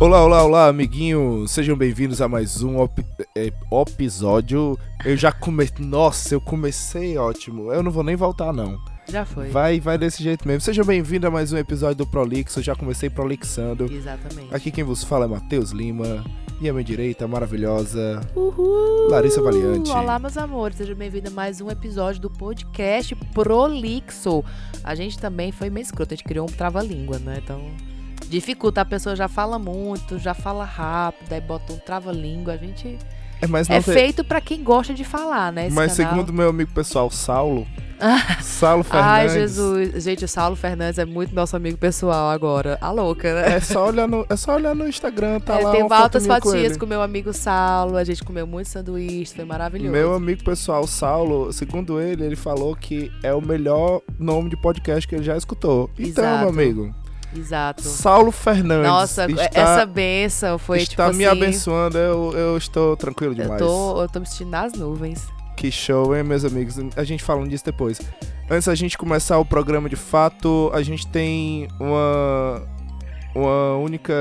Olá, olá, olá, amiguinho. Sejam bem-vindos a mais um op- é, episódio. Eu já comecei. Nossa, eu comecei ótimo. Eu não vou nem voltar, não. Já foi. Vai, vai desse jeito mesmo. Sejam bem-vindos a mais um episódio do Prolixo. Eu já comecei prolixando. Exatamente. Aqui quem vos fala é Matheus Lima. E à minha direita, maravilhosa. Uhul! Larissa Valiante. Olá, meus amores. Sejam bem-vindos a mais um episódio do podcast Prolixo. A gente também foi meio escroto, a gente criou um trava-língua, né? Então, dificulta. A pessoa já fala muito, já fala rápido, aí bota um trava-língua. A gente... É, mas não é tem- feito pra quem gosta de falar, né? Esse Mas canal. segundo meu amigo pessoal, Saulo. Saulo Fernandes. Ai, Jesus. Gente, o Saulo Fernandes é muito nosso amigo pessoal agora. A louca, né? É só olhar no, é só olhar no Instagram, tá É, lá. tem uma altas foto minha com fatias ele. com meu amigo Saulo. A gente comeu muito sanduíche, foi maravilhoso. Meu amigo pessoal, Saulo, segundo ele, ele falou que é o melhor nome de podcast que ele já escutou. Então, Exato. meu amigo, Exato. Saulo Fernandes. Nossa, é está, essa benção foi está tipo assim. tá me abençoando, eu, eu estou tranquilo Eu demais. tô, eu tô me sentindo nas nuvens. Que show, hein, meus amigos? A gente falando disso depois. Antes da gente começar o programa de fato, a gente tem uma. Uma única.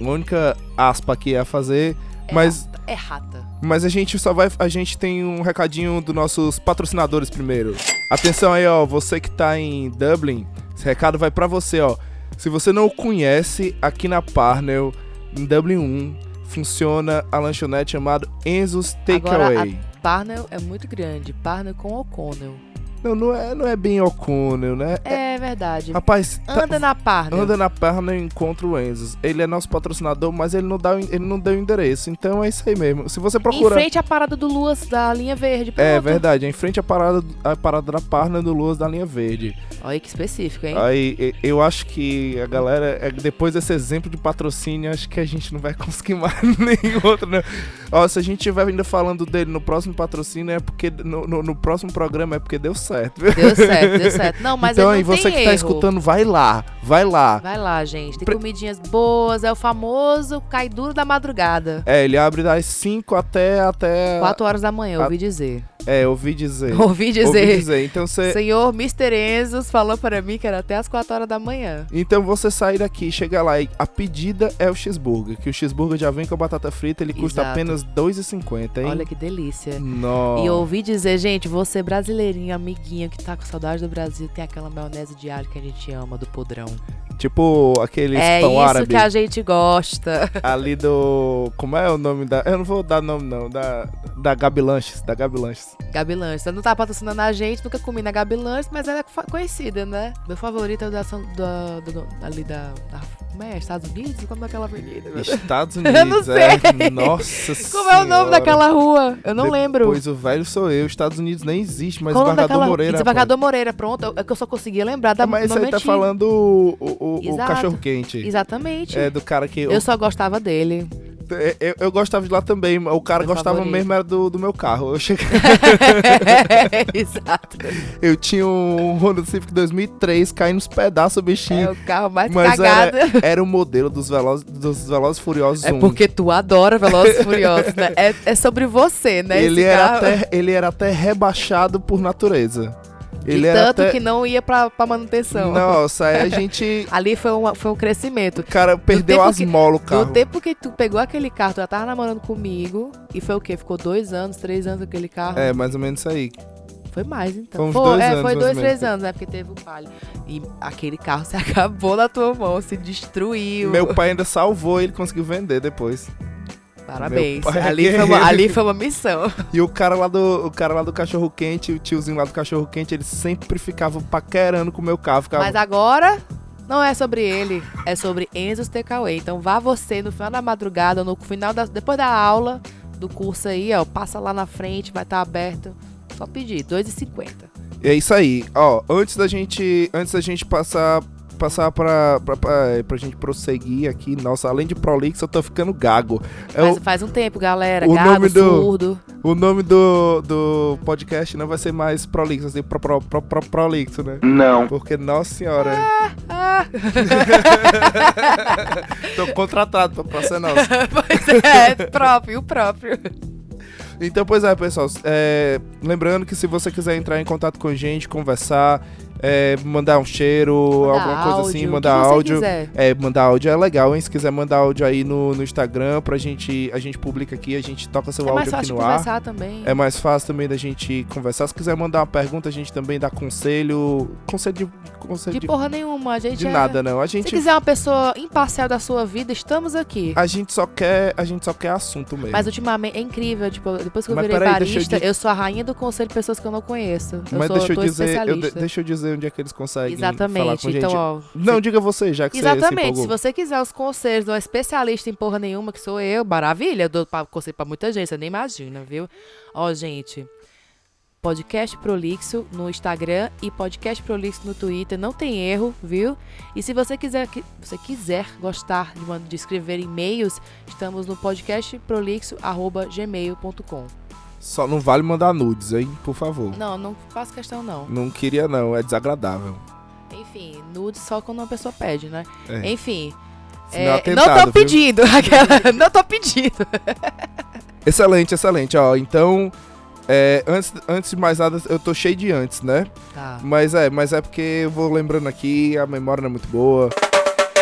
Uma única aspa aqui a fazer. É Mas rata- É rata. Mas a gente só vai. A gente tem um recadinho dos nossos patrocinadores primeiro. Atenção aí, ó. Você que tá em Dublin, esse recado vai pra você, ó. Se você não conhece, aqui na Parnell, em Dublin 1, funciona a lanchonete chamada Enzo's Agora, Takeaway. a Parnell é muito grande. Parnell com O'Connell. Não, não é, não é bem O'Connell, né? É verdade. Rapaz, tá- Anda na Parnell. anda na Parnell e encontra o Enzo's. Ele é nosso patrocinador, mas ele não, dá, o en- ele não deu o endereço. Então é isso aí mesmo. Se você Em procurar. frente à parada do Luas, da linha verde. É pronto. verdade, é em frente à parada, à parada da Parna do Luas da linha verde. Olha que específico, hein? Aí e- eu acho que a galera, é, depois desse exemplo de patrocínio, acho que a gente não vai conseguir mais nenhum outro, não. Ó, se a gente tiver ainda falando dele no próximo patrocínio, é porque. No, no- no próximo programa é porque deu certo. viu? Deu certo, deu certo. Não, mas então ele aí, não você tem que tá erro. escutando, vai lá, vai lá. Vai lá, gente. Tem Pre- comidinhas boas. É o famoso cai duro da madrugada. É, ele abre das 5 até. até 4 horas da manhã, a- ouvi dizer. É, ouvi dizer. Ouvi dizer. Ouvi dizer. Então você. Senhor Mr. Enzos falou para mim que era até as 4 horas da manhã. Então você sai daqui, chega lá e a pedida é o cheeseburger, que o cheeseburger já vem com a batata frita, ele custa Exato. apenas R$2,50, hein? Olha que delícia. Nossa. E eu ouvi dizer, gente, você brasileirinho, amiguinho que tá com saudade do Brasil, tem aquela maionese de alho que a gente ama, do podrão. Tipo aquele é pão isso árabe que a gente gosta. ali do... Como é o nome da... Eu não vou dar nome não, da, da Gabi Lanches, da Gabi Lanches. Gabi Lanches. Ela não tá patrocinando a gente, nunca comi na Gabi Lanches, mas ela é fa- conhecida, né? Meu favorito é o da, São- da- do- do- ali da, da... Como é? Estados Unidos? Como é aquela avenida? meu Deus? Estados Unidos, Eu não é. sei. Nossa Como é o nome daquela rua? Eu não lembro. Pois o velho sou eu, Estados Unidos nem existe, mas Qual o nome Embargador daquela- Moreira... Desembargador Moreira, pronto. É que eu só conseguia lembrar da rapaz. Mas isso aí tá momentinho. falando o, o, o, o Exato. cachorro-quente. Exatamente. É, do cara que... Eu só gostava dele. É, Eu, eu gostava de lá também, mas o cara Meu gostava favorito. mesmo era do, do meu carro. Eu, cheguei- Exato. né? eu tinha um Honda Civic 2003 caindo nos pedaços, o É bichinho. o carro mais Mas cagado. Era o modelo dos Velozes, dos Velozes e Furiosos É 1. porque tu adora Velozes e Furiosos, né? É, é sobre você, né? ele, esse era carro. até, ele era até rebaixado por natureza. De Ele era tanto até... que não ia pra, pra manutenção. Nossa, aí a gente... Ali foi, uma, foi um crescimento. O cara perdeu tempo as que- molas o Do carro. tempo que tu pegou aquele carro, tu já tava namorando comigo. E foi o quê? Ficou dois anos, três anos com aquele carro? É, mais ou menos isso aí. Foi mais, Foi então. uns Pô, dois é, anos, foi mais ou dois, três menos. anos, né? Porque teve o palio. E aquele carro se acabou na tua mão, se destruiu. Meu pai ainda salvou, ele conseguiu vender depois. Parabéns. meu pai é ali, foi uma, guerreiro. ali foi uma missão. E o cara lá do, o cara lá do cachorro quente, o tiozinho lá do cachorro quente, ele sempre ficava paquerando com o meu carro, ficava Mas agora não é sobre ele, é sobre Enzo's Takeaway. Então vá você no final da madrugada, no final da, depois da aula do curso aí, ó, passa lá na frente, vai estar aberto. Só pedir, 2,50. E é isso aí. Ó, antes da gente, antes da gente passar passar pra, pra, é, pra, pra gente prosseguir aqui, nossa, além de prolixo, eu tô ficando gago. É Mas o, faz um tempo, galera. o Gago, nome do- surdo. o nome do, do podcast não vai ser mais prolixo, vai ser pro, pro, pro, pro, prolixo, né? Não. Porque, nossa senhora, Ah, tô contratado pra, pra ser nosso. pois é, próprio, o próprio. Então, pois é, pessoal. é, lembrando que se você quiser entrar em contato com a gente, conversar, é, mandar um cheiro, Mandar alguma coisa assim, áudio, o mandar que você áudio. quiser. É, mandar áudio é legal, hein? Se quiser mandar áudio aí no, no Instagram, pra gente. A gente publica aqui, a gente toca seu É mais áudio aqui fácil no de ar. conversar também. É mais fácil também da gente conversar. Se quiser mandar uma pergunta, a gente também dá conselho. Conselho de. Conselho de de, porra nenhuma, a gente de é... nada, não. A Se gente, quiser uma pessoa imparcial da sua vida, estamos aqui. a gente só quer. A gente só quer assunto mesmo. Mas ultimamente é incrível, tipo, depois que eu Mas virei peraí, deixa eu barista, eu, di- sou a rainha do conselho de pessoas que eu não conheço. Eu Mas sou deixa eu tô dizer. eu de- especialista. deixa eu dizer onde é que eles conseguem falar Exatamente. com Então, gente. ó. Não, diga você, já que você se Exatamente. empolgou. Se você quiser os conselhos de um especialista em porra nenhuma, que sou eu, maravilha. Eu dou pa- conselho pra muita gente, você nem imagina, viu? Ó, gente. Podcast Prolixo no Instagram e Podcast Prolixo no Twitter, não tem erro, viu? E se você quiser, que- você quiser gostar de, man- de escrever e-mails, estamos no podcastprolixo@gmail.com. Só não vale mandar nudes, hein? Por favor. Não, não faço questão não. Não queria, não. É desagradável. Enfim, nude só quando uma pessoa pede, né? É. Enfim, Senão é é, não atentado, tô viu? pedindo, aquela, não tô pedindo. Excelente, excelente. Ó, então, é, antes, antes de mais nada, eu tô cheio de antes, né? Tá. Mas é, mas é porque eu vou lembrando aqui, a memória não é muito boa.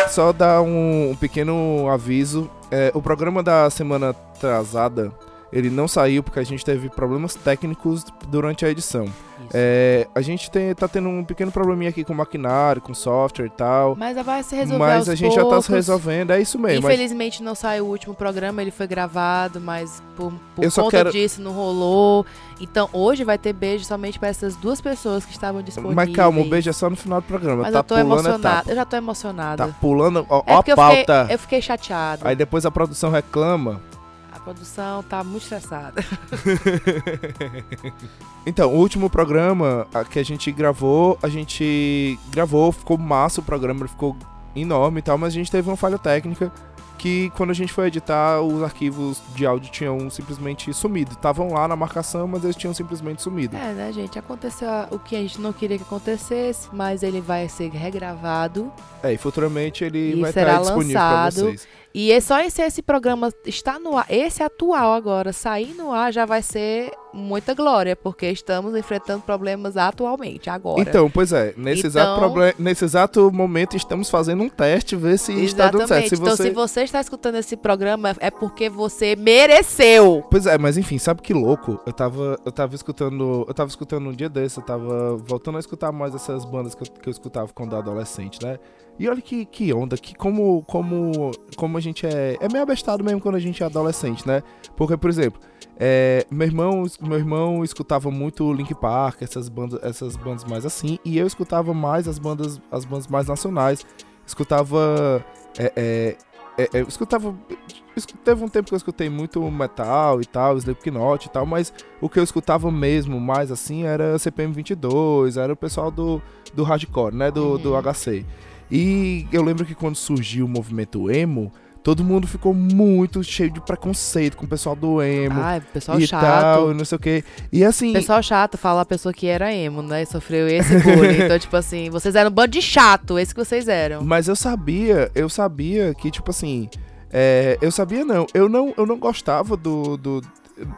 Só dar um, um pequeno aviso. É, o programa da semana atrasada, ele não saiu porque a gente teve problemas técnicos durante a edição. Isso. É, a gente tem- tá tendo um pequeno probleminha aqui com maquinário, com software e tal. Mas vai se resolver mas aos a gente já tá se poucos. resolvendo, é isso mesmo. mas- Infelizmente não saiu o último programa, ele foi gravado, mas por, por Eu só conta quero- disso não rolou. Então hoje vai ter beijo somente pra essas duas pessoas que estavam disponíveis. Mas calma, o beijo é só no final do programa. Mas tá eu tô pulando emocionada. etapa. Eu já tô emocionada. Tá pulando. Ó, É ó porque a eu fiquei, pauta. eu fiquei chateada. Aí depois a produção reclama. A produção tá muito estressada. Então, o último programa a- que a gente gravou, a gente gravou, ficou massa o programa, ele ficou enorme e tal, mas a gente teve uma falha técnica que quando a gente foi editar, os arquivos de áudio tinham simplesmente sumido. Estavam lá na marcação, mas eles tinham simplesmente sumido. É, né, gente? Aconteceu o que a gente não queria que acontecesse, mas ele vai ser regravado. É, e futuramente ele E vai será estar disponível pra lançado. vocês. E é só esse, esse programa está no ar, esse atual agora, sair no ar já vai ser muita glória, porque estamos enfrentando problemas atualmente, agora. Então, pois é, nesse, exato Então- proble- nesse exato momento estamos fazendo um teste, ver se está tá dando certo. Se Então, você- se você está escutando esse programa, é porque você mereceu. Pois é, mas enfim, sabe que louco? Eu tava, eu tava escutando. Eu tava escutando um dia desse, eu tava voltando a escutar mais essas bandas que eu, que eu escutava quando adolescente, né? E olha que, que onda, que como, como, como a gente é. É meio abestado mesmo quando a gente é adolescente, né? Porque, por exemplo, é, meu, irmão, meu irmão escutava muito Link Park, essas bandas, essas bandas mais assim, e eu escutava mais as bandas, as bandas mais nacionais. Escutava. é, é, é, é, eu escutava. escu- Teve um tempo que eu escutei muito metal e tal, Slipknot e tal, mas o que eu escutava mesmo mais assim era CPM 22, era o pessoal do, do hardcore, né? Do, do Uhum. HC. E eu lembro que quando surgiu o movimento emo, todo mundo ficou muito cheio de preconceito com o pessoal do emo Ai, Ah, pessoal e chato. tal, e não sei o quê. E assim, Pessoal chato fala a pessoa que era emo, né? E sofreu esse bullying. então, tipo assim, vocês eram um bando de chato, esse que vocês eram. mas eu sabia, eu sabia que, tipo assim, é, eu sabia não, eu não, eu não gostava do, do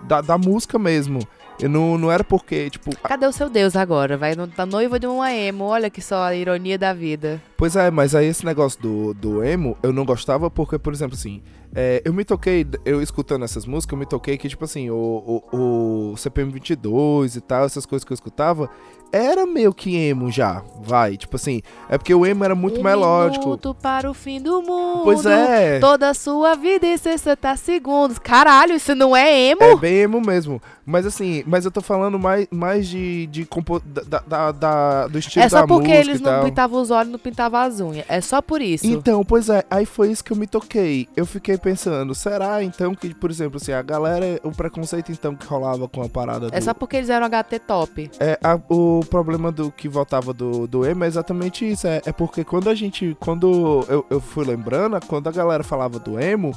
da, da música mesmo. Eu não, não era porque, tipo, ah, Cadê o seu Deus agora? Vai, não tá noivo de uma emo. Olha que só a ironia da vida. pois é, mas aí esse negócio do, do emo, eu não gostava porque, por exemplo, assim, é, eu me toquei, eu escutando essas músicas, eu me toquei que, tipo assim, o, o, o CPM 22 e tal, essas coisas que eu escutava, era meio que emo já, vai, tipo assim, é porque o emo era muito um melódico. Minuto para o fim do mundo. Pois é. Toda a sua vida em 60 segundos. Caralho, isso não é emo? É bem emo mesmo. Mas assim, mas eu tô falando mais, mais de, de compo- da, da- da- do estilo É só da porque tipo música eles e não tal. pintavam os olhos, não pintavam as unhas. É só por isso. Então, pois é, aí foi isso que eu me toquei. Eu fiquei pensando, será então que, por exemplo, assim, a galera, o preconceito então que rolava com a parada do... É só porque eles eram HT top. É, a- o problema do que voltava do, do emo é exatamente isso. É, é porque quando a gente. Quando eu, eu fui lembrando, quando a galera falava do emo,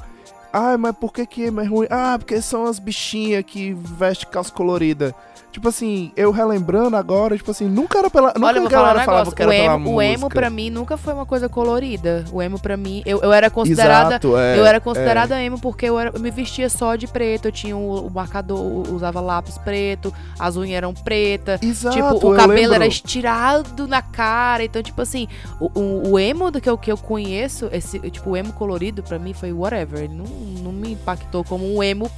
Ah, mas por que que é mais ruim? Ah, porque são as bichinhas que vestem calça colorida. Tipo assim, eu relembrando agora, tipo assim, nunca era pela. Nunca Olha, eu vou a galera falar um falava negócio. que era o, pela emo, o emo música. pra mim nunca foi uma coisa colorida. O emo pra mim, eu, eu era considerada. Exato, é, eu era é. considerada emo porque eu, era- eu me vestia só de preto. Eu tinha o, o marcador, eu usava lápis preto, as unhas eram pretas. Exato, tipo, o eu cabelo lembro. era estirado na cara. Então, tipo assim, o, o- o emo do que eu, que eu conheço, esse, tipo, o emo colorido pra mim foi whatever. Ele não, não me impactou como um emo.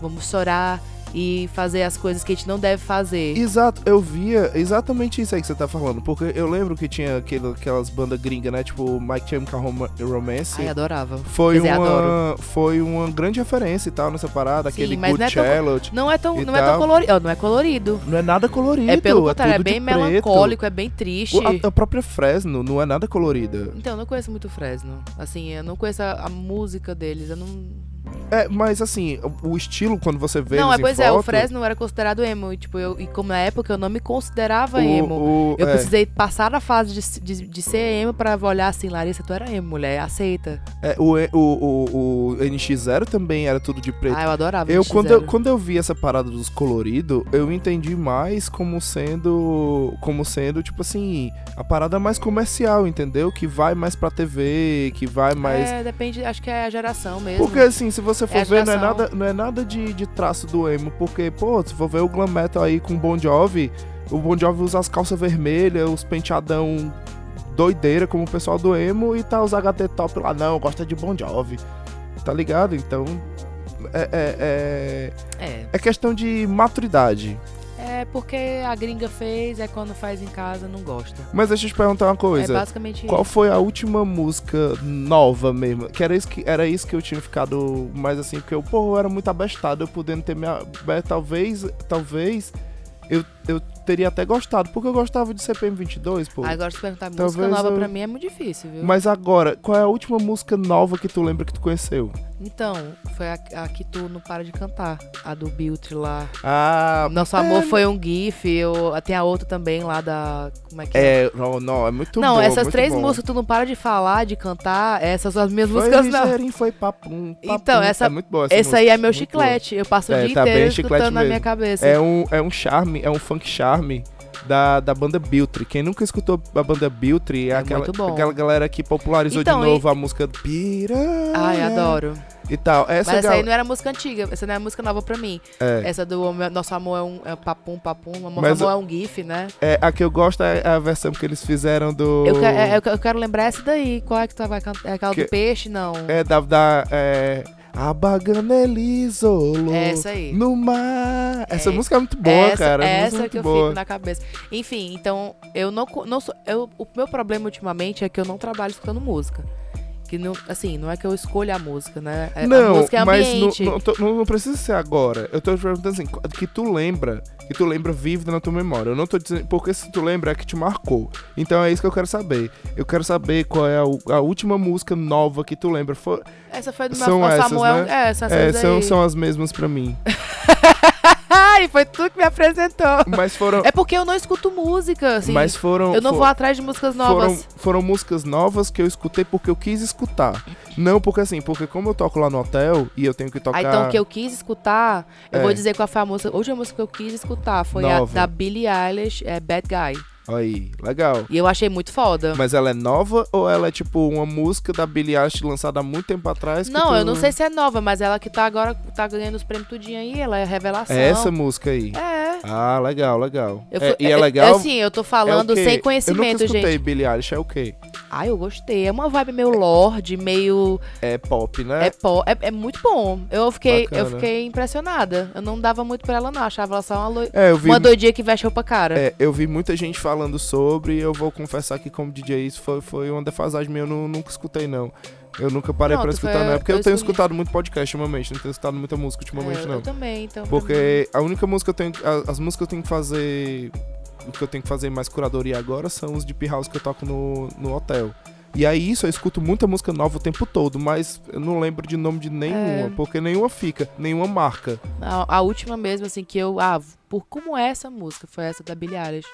Vamos chorar e fazer as coisas que a gente não deve fazer. Exato, eu via exatamente isso aí que você tá falando. Porque eu lembro que tinha aquele- aquelas bandas gringas, né? Tipo, My Chemical Rom- Romance. Ai, adorava. foi Quer dizer, uma, adoro. foi uma grande referência e tal nessa parada, Sim, aquele mas Good não é tão- Charlotte. Não é tão, E não é tal. tão colorido. Não é colorido. Não é nada colorido. é pelo contrário, é, tudo de bem preto. melancólico, é bem triste. O- A, a própria Fresno não é nada colorida. Então, eu não conheço muito Fresno. Assim, eu não conheço a, a música deles. Eu não. É, mas assim, o, o estilo, quando você vê não, eles é, pois em é, foto, o Fresno era considerado emo. E, tipo, eu, e como na época eu não me considerava o, emo. o- Eu é, precisei passar da fase de, se- de, de ser emo pra olhar assim, Larissa, tu era emo, mulher, aceita. é, o, o, o, o NX0 também era tudo de preto. Ah, eu adorava. Eu NX0. quando, eu quando eu vi essa parada dos coloridos, eu entendi mais como sendo. Como sendo, tipo assim, a parada mais comercial, entendeu? Que vai mais pra TV, que vai mais. É, depende, acho que é a geração mesmo. Porque assim, se você for É a ver, não é geração. nada, não é nada de, de traço do emo, porque, pô, se for ver o glam metal aí com o Bon Jovi, o Bon Jovi usa as calças vermelhas, os penteadão doideira como o pessoal do emo e tá os HT top lá, não, gosta de Bon Jovi, tá ligado? Então, é- é- é... É. É questão de maturidade. É porque a gringa fez, é quando faz em casa, não gosta. Mas deixa eu te perguntar uma é coisa. basicamente Qual foi a última música nova mesmo? Que era isso que, era isso que eu tinha ficado mais assim, porque eu, porra, eu era muito abestado, eu podendo ter minha. é, Talvez, talvez eu, eu teria até gostado, porque eu gostava de CPM22, pô. Ah, agora se perguntar música Talvez nova eu- pra mim é muito difícil, viu? Mas agora, qual é a última música nova que tu lembra que tu conheceu? Então, foi a, a que tu não para de cantar. A do Biltre lá. Ah. Nosso amor foi um GIF. Eu, tem a outra também lá da. Como é que é? É, não, não, é muito não, bom. essas muito três bom. músicas que tu não para de falar, de cantar, essas são as minhas Foi músicas, não. ligeirinho, foi papum, papum. Então, essa- é muito boa essa Esse aí é meu música, muito boa. chiclete. Eu passo o É, dia tá bem inteiro chiclete escutando na minha mesmo. cabeça. É um, é um charme, é um funk charme da, da banda Biltre. Quem nunca escutou a banda Biltre é, É aquela, muito bom. aquela galera que popularizou Então, de novo a música Piranha. Ai, adoro. E tal. é. Essa Mas essa aí galera. não era música antiga, essa não é música nova pra mim. É. Essa do meu- Nosso Amor é um é papum, papum, Amor, Mas amor é um GIF, né? É, a que eu gosto é a versão que eles fizeram do. Eu, que- é- eu que- eu quero lembrar essa daí. Qual é que tu vai cantar? É aquela Que- do peixe? Não. É da. da é, a Bagana ele isolou É essa aí. No mar. Essa É. música é muito boa, essa, cara. é uma música Essa muito que eu boa. fico na cabeça. Enfim, então, eu não, co- não sou. Eu, o meu problema ultimamente é que eu não trabalho escutando música. Que não, assim, não é que eu escolha a música, né? É- a Não, música é mas ambiente. não, não, tô- não- não precisa ser agora. Eu tô te perguntando assim, qu- que tu lembra, que tu lembra vívida na tua memória. Eu não tô dizendo, porque se tu lembra é que te marcou. Então é isso que eu quero saber. Eu quero saber qual é a, u- a última música nova que tu lembra. Fo- Essa foi do são meu nosso essas, Samuel. né? É, são é, essas são, aí. são as mesmas pra mim. Ai, foi tu que me apresentou. Mas foram, É porque eu não escuto música, assim. mas foram, eu não fo- vou atrás de músicas foram, novas. foram músicas novas que eu escutei porque eu quis escutar. Não porque assim, porque como eu toco lá no hotel e eu tenho que tocar Ah, então, o que eu quis escutar, eu É. vou dizer qual foi a música. A última música que eu quis escutar foi a Nova. da Billie Eilish, é Bad Guy. aí, legal. E eu achei muito foda. Mas ela é nova ou ela é tipo uma música da Billie Eilish lançada há muito tempo atrás? que né? Não, tu- eu não sei se é nova, mas ela que tá agora, tá ganhando os prêmios tudinho aí, ela é revelação. É essa música aí. É. Ah, legal, legal. Eu É- fui- e é eu- legal. eu, Assim, eu tô falando É o quê? sem Eu nunca conhecimento, escutei gente. Billie Eilish, é o quê? Ah, eu gostei. É uma vibe meio lorde, meio. É pop, né? É, pó, é, é muito bom. Eu fiquei, eu Bacana. fiquei impressionada. Eu não dava muito pra ela, não. Achava ela só uma, lo... É, eu vi. uma doidinha que veste roupa cara. é, eu vi muita gente falando sobre e eu vou confessar que como DJ isso foi, foi uma defasagem minha, eu nu- nunca escutei não. Eu nunca parei Não, pra tu escutar foi- não, é porque eu, eu tenho escutei. escutado muito podcast ultimamente, não tenho escutado muita música ultimamente É, não. Eu também, então. pra mim- Porque a única música que eu tenho. a- As músicas que eu tenho que fazer. O que eu tenho que fazer mais curadoria agora são os Deep House que eu toco no, no hotel. E aí isso, eu escuto muita música nova o tempo todo, mas eu não lembro de nome de nenhuma, É. porque nenhuma fica, nenhuma marca. A, a última mesmo, assim, que eu. Ah, por como é essa música? Foi essa da Billie Eilish.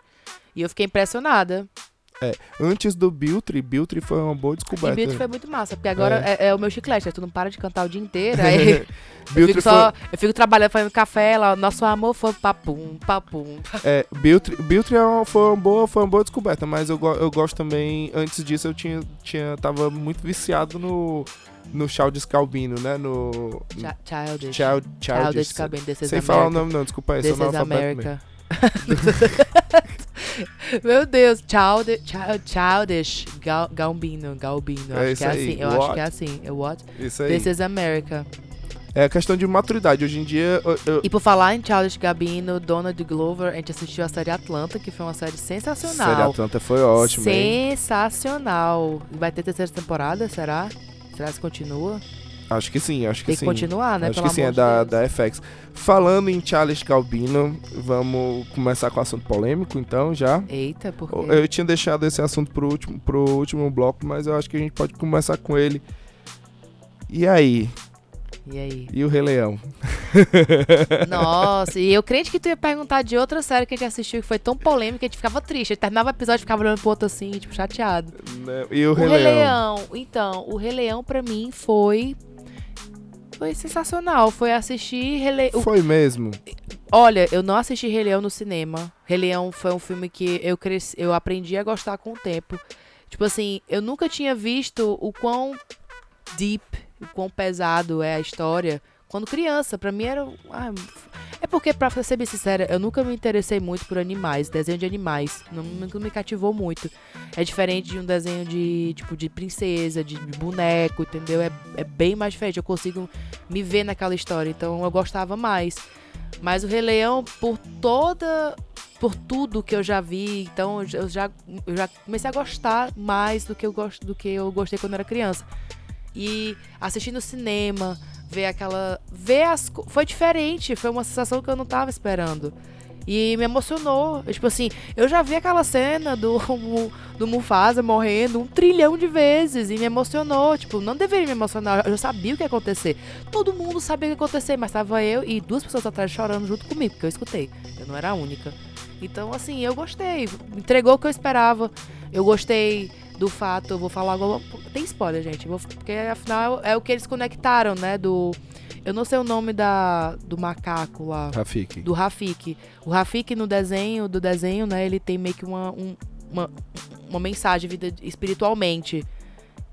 E eu fiquei impressionada. Antes do Biltri, Biltri foi uma boa descoberta. E Beatles foi muito massa, porque agora é, é o meu chiclete, aí tu não para de cantar o dia inteiro, aí eu fico, só, eu fico trabalhando, fazendo café lá, nosso amor foi papum, papum. É, Biltri, Biltri é uma- foi, uma boa, foi uma boa descoberta, mas eu, go- eu gosto também. Antes disso, eu tinha, tinha, tava muito viciado no, no Childish Calvino, né? No. Cha- Hum. Child, Childish. Childish Childish. Cabin, This is Sem falar o America. nome, não, desculpa aí, sou This is analfabeto mesmo. America. Meu Deus, Childish, Child- Childish Gal, Galbino, Galbino, É acho isso que é aí, assim, eu what? acho que é assim, eu what? Isso aí. This is America. É questão de maturidade. Hoje em dia. eu- eu- E por falar em Childish Gambino, Donald Glover, a gente assistiu a série Atlanta, que foi uma série sensacional. Série Atlanta foi ótimo, hein? Sensacional. Vai ter terceira temporada, será? Será que continua? Acho que sim, acho que Tem que sim. continuar, né? Acho Pelo que sim, amor é de da, da Deus. FX. Falando em Charles Calbino, vamos começar com o assunto polêmico, então, já. Eita, porque... Eu tinha deixado esse assunto pro último, pro último bloco, mas eu acho que a gente pode começar com ele. E aí? E aí? E o Rei Leão? Nossa, e eu crente que tu ia perguntar de outra série que a gente assistiu que foi tão polêmica que a gente ficava triste. A gente terminava o episódio e ficava olhando pro outro assim, tipo, chateado. Né, E o, O Rei Rei Leão? Leão. Então, o Rei Leão pra mim foi... Foi sensacional. Foi assistir Rei Le- o Foi mesmo. Olha, eu não assisti Rei Leão no cinema. Rei Leão foi um filme que eu cresci, eu aprendi a gostar com o tempo. Tipo assim, eu nunca tinha visto o quão deep, o quão pesado é a história quando criança. Pra mim era, ah, é porque pra ser bem sincera, eu nunca me interessei muito por animais, desenho de animais, não, nunca me cativou muito. É diferente de um desenho de tipo de princesa, de, de boneco, entendeu? É, é bem mais diferente. Eu consigo me ver naquela história, então eu gostava mais. Mas o Rei Leão, por toda. por tudo que eu já vi, então eu já- eu já, eu já comecei a gostar mais do que, eu gosto, do que eu gostei quando era criança. E assistir no cinema, ver aquela. ver as. co- Foi diferente, foi uma sensação que eu não tava esperando. E me emocionou. Tipo assim, eu já vi aquela cena do, Mu- do Mufasa morrendo um trilhão de vezes e me emocionou. Tipo, não deveria me emocionar, eu já sabia o que ia acontecer. Todo mundo sabia o que ia acontecer, mas tava eu e duas pessoas atrás chorando junto comigo, porque eu escutei. Eu não era a única. Então, assim, eu gostei. Entregou o que eu esperava. Eu gostei do fato. Eu vou falar agora. Tem spoiler, gente. vou- Porque afinal é o que eles conectaram, né? Do. Eu não sei o nome da, do macaco lá Rafik. do Rafik. O Rafik no desenho, do desenho, né, ele tem meio que uma, um- uma, uma mensagem vida espiritualmente.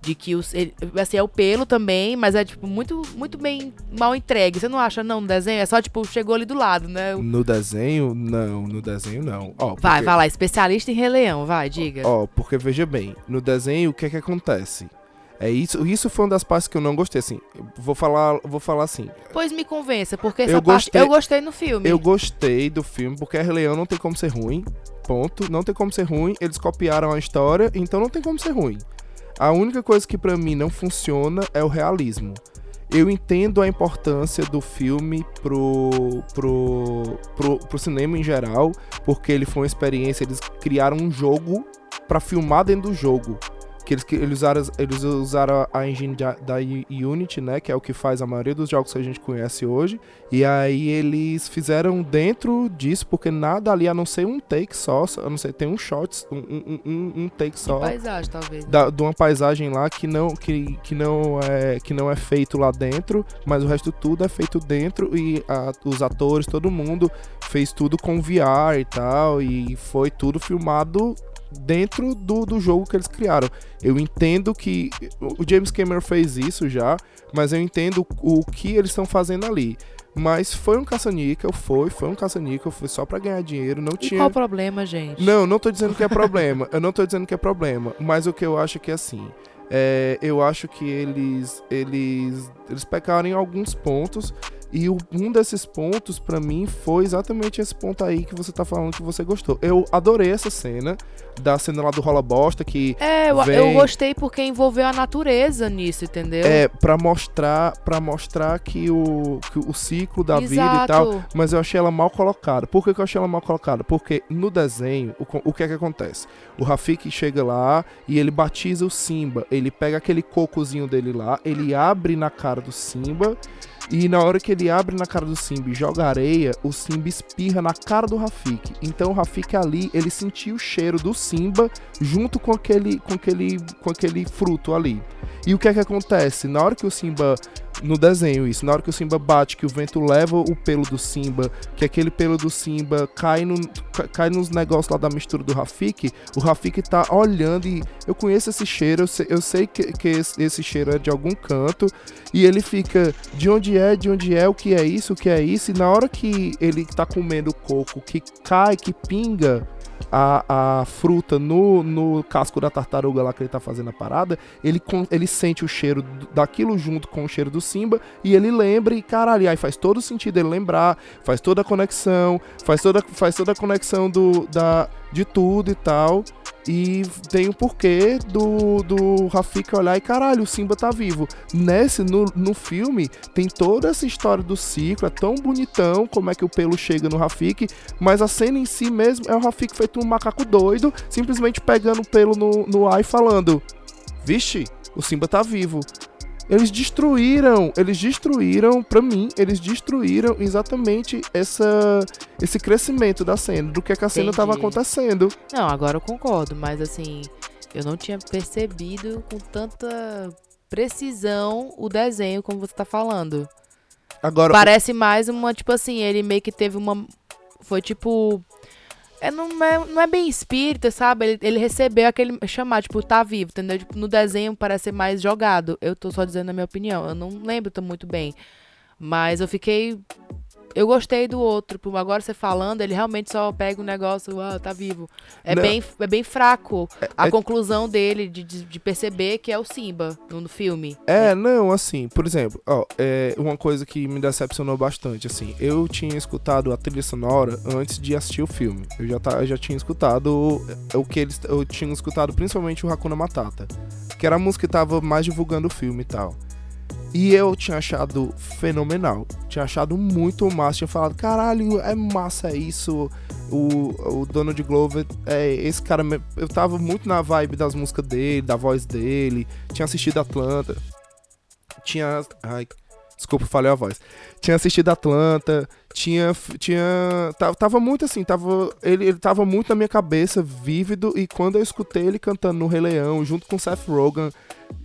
De que os, ele, assim, é o pelo também, mas é tipo muito, muito bem mal entregue. Você não acha, não, no desenho? É só, tipo, chegou ali do lado, né? O- No desenho? Não, no desenho não. Ó, Vai, porque- vai lá, especialista em Rei Leão, vai, diga. Ó, porque veja bem, no desenho o que é que acontece? É isso, isso foi uma das partes que eu não gostei, assim. eu Vou falar, vou falar assim. Pois me convença, porque essa Eu parte. gostei- Eu gostei no filme. Eu gostei do filme porque Rei Leão não tem como ser ruim. Ponto. Não tem como ser ruim. Eles copiaram a história, então não tem como ser ruim. A única coisa que pra mim não funciona é o realismo. Eu entendo a importância do filme pro, pro, pro, pro cinema em geral, porque ele foi uma experiência. Eles criaram um jogo pra filmar dentro do jogo. Que eles, que eles usaram, eles usaram a engine da, da Unity, né? Que é o que faz a maioria dos jogos que a gente conhece hoje. E aí eles fizeram dentro disso, porque nada ali, a não ser um take só, a não ser tem um shot, um, um, um, um take só Paisagem, talvez. né? da- de uma paisagem lá que não, que, que, não é, que não é feito lá dentro, mas o resto tudo é feito dentro e a- os atores, todo mundo fez tudo com VR e tal, e foi tudo filmado dentro do, do jogo que eles criaram. Eu entendo que o James Cameron fez isso já, mas eu entendo o que eles estão fazendo ali. Mas foi um caça-níquel, foi, foi um caça-níquel, foi só pra ganhar dinheiro, não E tinha... qual o problema, gente? Não, não tô dizendo que é problema. eu não tô dizendo que é problema. Mas o que eu acho é que é assim. é, eu acho que eles, eles, eles pecaram em alguns pontos. E o- um desses pontos, pra mim, foi exatamente esse ponto aí que você tá falando que você gostou. Eu adorei essa cena, da cena lá do Rola Bosta, que É, eu, eu Vem- gostei porque envolveu a natureza nisso, entendeu? é pra mostrar, pra mostrar que, o, que o ciclo da vida e tal. mas eu achei ela mal colocada. Por que, que eu achei ela mal colocada? Porque no desenho, o, co- o que é que acontece? O Rafik chega lá e ele batiza o Simba. Ele pega aquele cocozinho dele lá, ele abre na cara do Simba E na hora que ele abre na cara do Simba e joga areia, o Simba espirra na cara do Rafik. Então o Rafik ali, ele sentiu o cheiro do Simba junto com aquele, com aquele, com aquele fruto ali. E o que é que acontece? Na hora que o Simba no desenho isso. Na hora que o Simba bate, que o vento leva o pelo do Simba, que aquele pelo do Simba cai, no, ca- cai nos negócios lá da mistura do Rafik, o Rafik tá olhando e eu conheço esse cheiro, eu sei, eu sei que, que esse, esse cheiro é de algum canto, e ele fica, de onde é, de onde é, o que é isso, o que é isso, e na hora que ele tá comendo coco, que cai, que pinga a, a fruta no, no casco da tartaruga lá que ele tá fazendo a parada, ele, con- ele sente o cheiro do- daquilo junto com o cheiro do Simba e ele lembra e caralho, aí faz todo sentido ele lembrar, faz toda a conexão, faz toda, faz toda a conexão do, da, de tudo e tal. E tem o porquê do, do Rafika olhar e caralho, o Simba tá vivo. Nesse, no, no filme, tem toda essa história do ciclo, é tão bonitão como é que o pelo chega no Rafik, mas a cena em si mesmo é o Rafik feito um macaco doido, simplesmente pegando o pelo no, no ar e falando: Vixe, o Simba tá vivo. Eles destruíram, eles destruíram, pra mim, eles destruíram exatamente essa, esse crescimento da cena, do que, é que a cena tava Entendi. acontecendo. Não, agora eu concordo, mas assim, eu não tinha percebido com tanta precisão o desenho como você tá falando. Agora, Parece mais uma, tipo assim, ele meio que teve uma. Foi tipo. É, não, é, não é bem espírita, sabe? Ele, ele recebeu aquele chamado, tipo, tá vivo, entendeu? Tipo, no desenho parece ser mais jogado. Eu tô só dizendo a minha opinião. Eu não lembro tão muito bem. Mas eu fiquei. Eu gostei do outro. Pô, Agora você falando, ele realmente só pega um negócio, ah, tá vivo. É, Não. bem, é bem fraco a é- conclusão dele de, de, de perceber que é o Simba no, no filme. É, não, assim, por exemplo, ó, é uma coisa que me decepcionou bastante, assim, eu tinha escutado a trilha sonora antes de assistir o filme. Eu já, tá, eu já tinha escutado o que eles. Eu tinha escutado principalmente o Hakuna Matata. Que era a música que tava mais divulgando o filme e tal. E eu tinha achado fenomenal. Tinha achado muito massa. Tinha falado, caralho, é massa isso. O, o Donald Glover, é, esse cara. me- Eu tava muito na vibe das músicas dele, da voz dele. Tinha assistido Atlanta. Tinha. Ai, desculpa, falei a voz. Tinha assistido Atlanta. Tinha. tinha tava, tava muito assim. Tava, ele, ele tava muito na minha cabeça, vívido. E quando eu escutei ele cantando no Rei Leão, junto com Seth Rogen,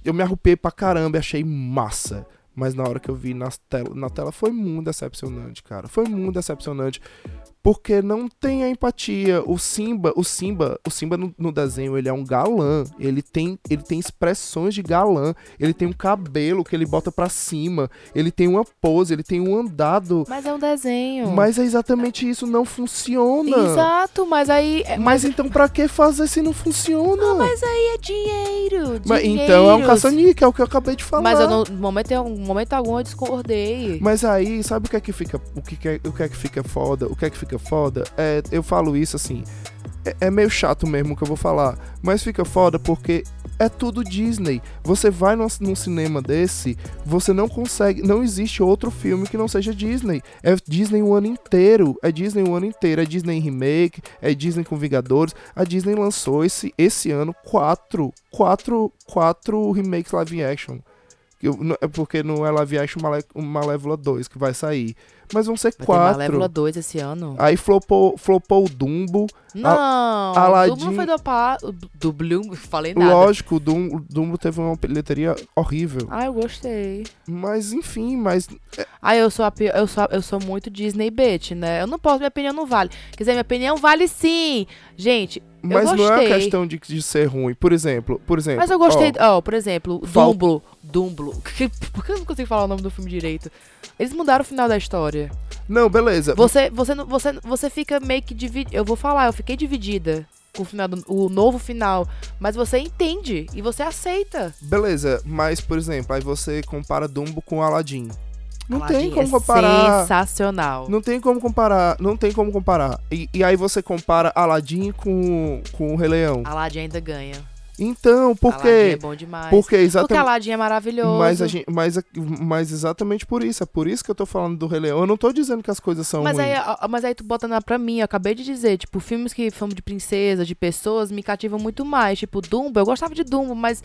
eu me arrupei pra caramba e achei massa. Mas na hora que eu vi nas tel- na tela foi muito decepcionante, cara. Foi muito decepcionante. Porque não tem a empatia. O Simba, o Simba, o Simba no, no desenho, ele é um galã. Ele tem, ele tem expressões de galã. Ele tem um cabelo que ele bota pra cima. Ele tem uma pose, ele tem um andado. Mas é um desenho. Mas é exatamente isso, não funciona. Exato, mas aí. é- Mas então pra que fazer se não funciona? Mas aí é dinheiro. Mas dinheiros. então é um caça-níquel, é o que eu acabei de falar. Mas eu não, no momento, em algum- momento algum eu discordei. Mas aí, sabe o que é que fica, o que, que é, o que é que fica foda? O que é que fica foda? É, eu falo isso assim, é, é meio chato mesmo o que eu vou falar, mas fica foda porque é tudo Disney. Você vai num, num cinema desse, você não consegue, não existe outro filme que não seja Disney. É Disney o ano inteiro, é Disney o ano inteiro, é Disney remake, é Disney com Vingadores. A Disney lançou esse, esse ano quatro, quatro, quatro remakes live action. Eu- não- é porque não é live action Malé- o Malévola 2 que vai sair. Mas vão ser Vai ter Malévola quatro. 2 esse ano. Aí flopou, flopou o Dumbo. não! Aladdin- O Dumbo foi dopado. Do Bloom, falei nada. Lógico, o Dum- o Dumbo teve uma bilheteria horrível. Ah, eu gostei. Mas enfim, mas Ah, eu sou, a pi- eu, sou, eu sou muito Disney bitch, né? Eu não posso, minha opinião não vale. Quer dizer, minha opinião vale sim! Gente, mas não é uma gostei. questão de, de ser ruim. Por exemplo, por exemplo. mas eu gostei. Ó, por exemplo, É, Fal- Dumblo. Dumblo. Por que eu não consigo falar o nome do filme direito? Eles mudaram o final da história. ó, não, beleza. Você, você, não- você, você fica meio que dividida. Eu vou falar, eu fiquei dividida com o, final do- o novo final. Mas você entende e você aceita. Beleza, mas por exemplo, aí você compara Dumbo com Aladdin. Não tem Aladdin como é comparar. Sensacional. Não tem como comparar, não tem como comparar. E, e aí você compara Aladdin com, com o Rei Leão. Aladdin ainda ganha. Então, por Aladdin é quê? bom demais. Porque Porque exatamente. Aladdin é maravilhoso. Mas, a gente, mas, a- mas exatamente por isso. É por isso que eu tô falando do Rei Leão. Eu não tô dizendo que as coisas são Mas ruins. aí, é ó, mas aí tu bota na, pra mim, eu acabei de dizer, tipo, filmes que são de princesa, de pessoas, me cativam muito mais. Tipo, Dumbo, eu gostava de Dumbo, mas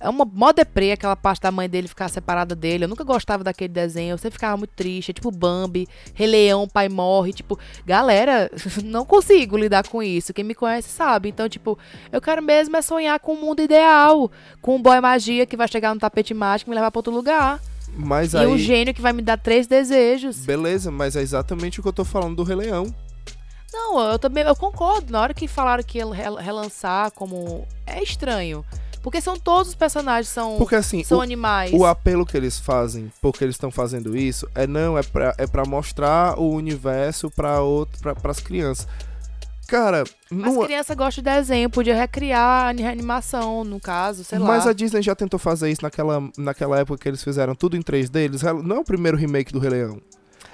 É uma mó deprê aquela parte da mãe dele ficar separada dele. Eu nunca gostava daquele desenho. Eu sempre ficava muito triste. É tipo Bambi, Rei Leão, pai morre. Tipo, galera, não consigo lidar com isso. Quem me conhece sabe. Então, tipo, eu quero mesmo é sonhar com um mundo ideal. Com um boy magia que vai chegar no tapete mágico e me levar pra outro lugar. Mas E um aí. gênio que vai me dar três desejos. Beleza, mas é exatamente o que eu tô falando do Rei Leão. Não, eu também eu concordo. Na hora que falaram que ia rel- relançar como. É estranho. Porque são todos os personagens são, Porque assim, são o- animais. O apelo que eles fazem, porque eles estão fazendo isso, é não, é pra, é pra mostrar o universo pra outro, pra, pras crianças. Cara, Mas não é. criança gosta de desenho, podia recriar a ani- animação, no caso, sei Mas lá. a Disney já tentou fazer isso naquela, naquela época que eles fizeram tudo em 3D. Eles, rel- não é o primeiro remake do Rei Leão.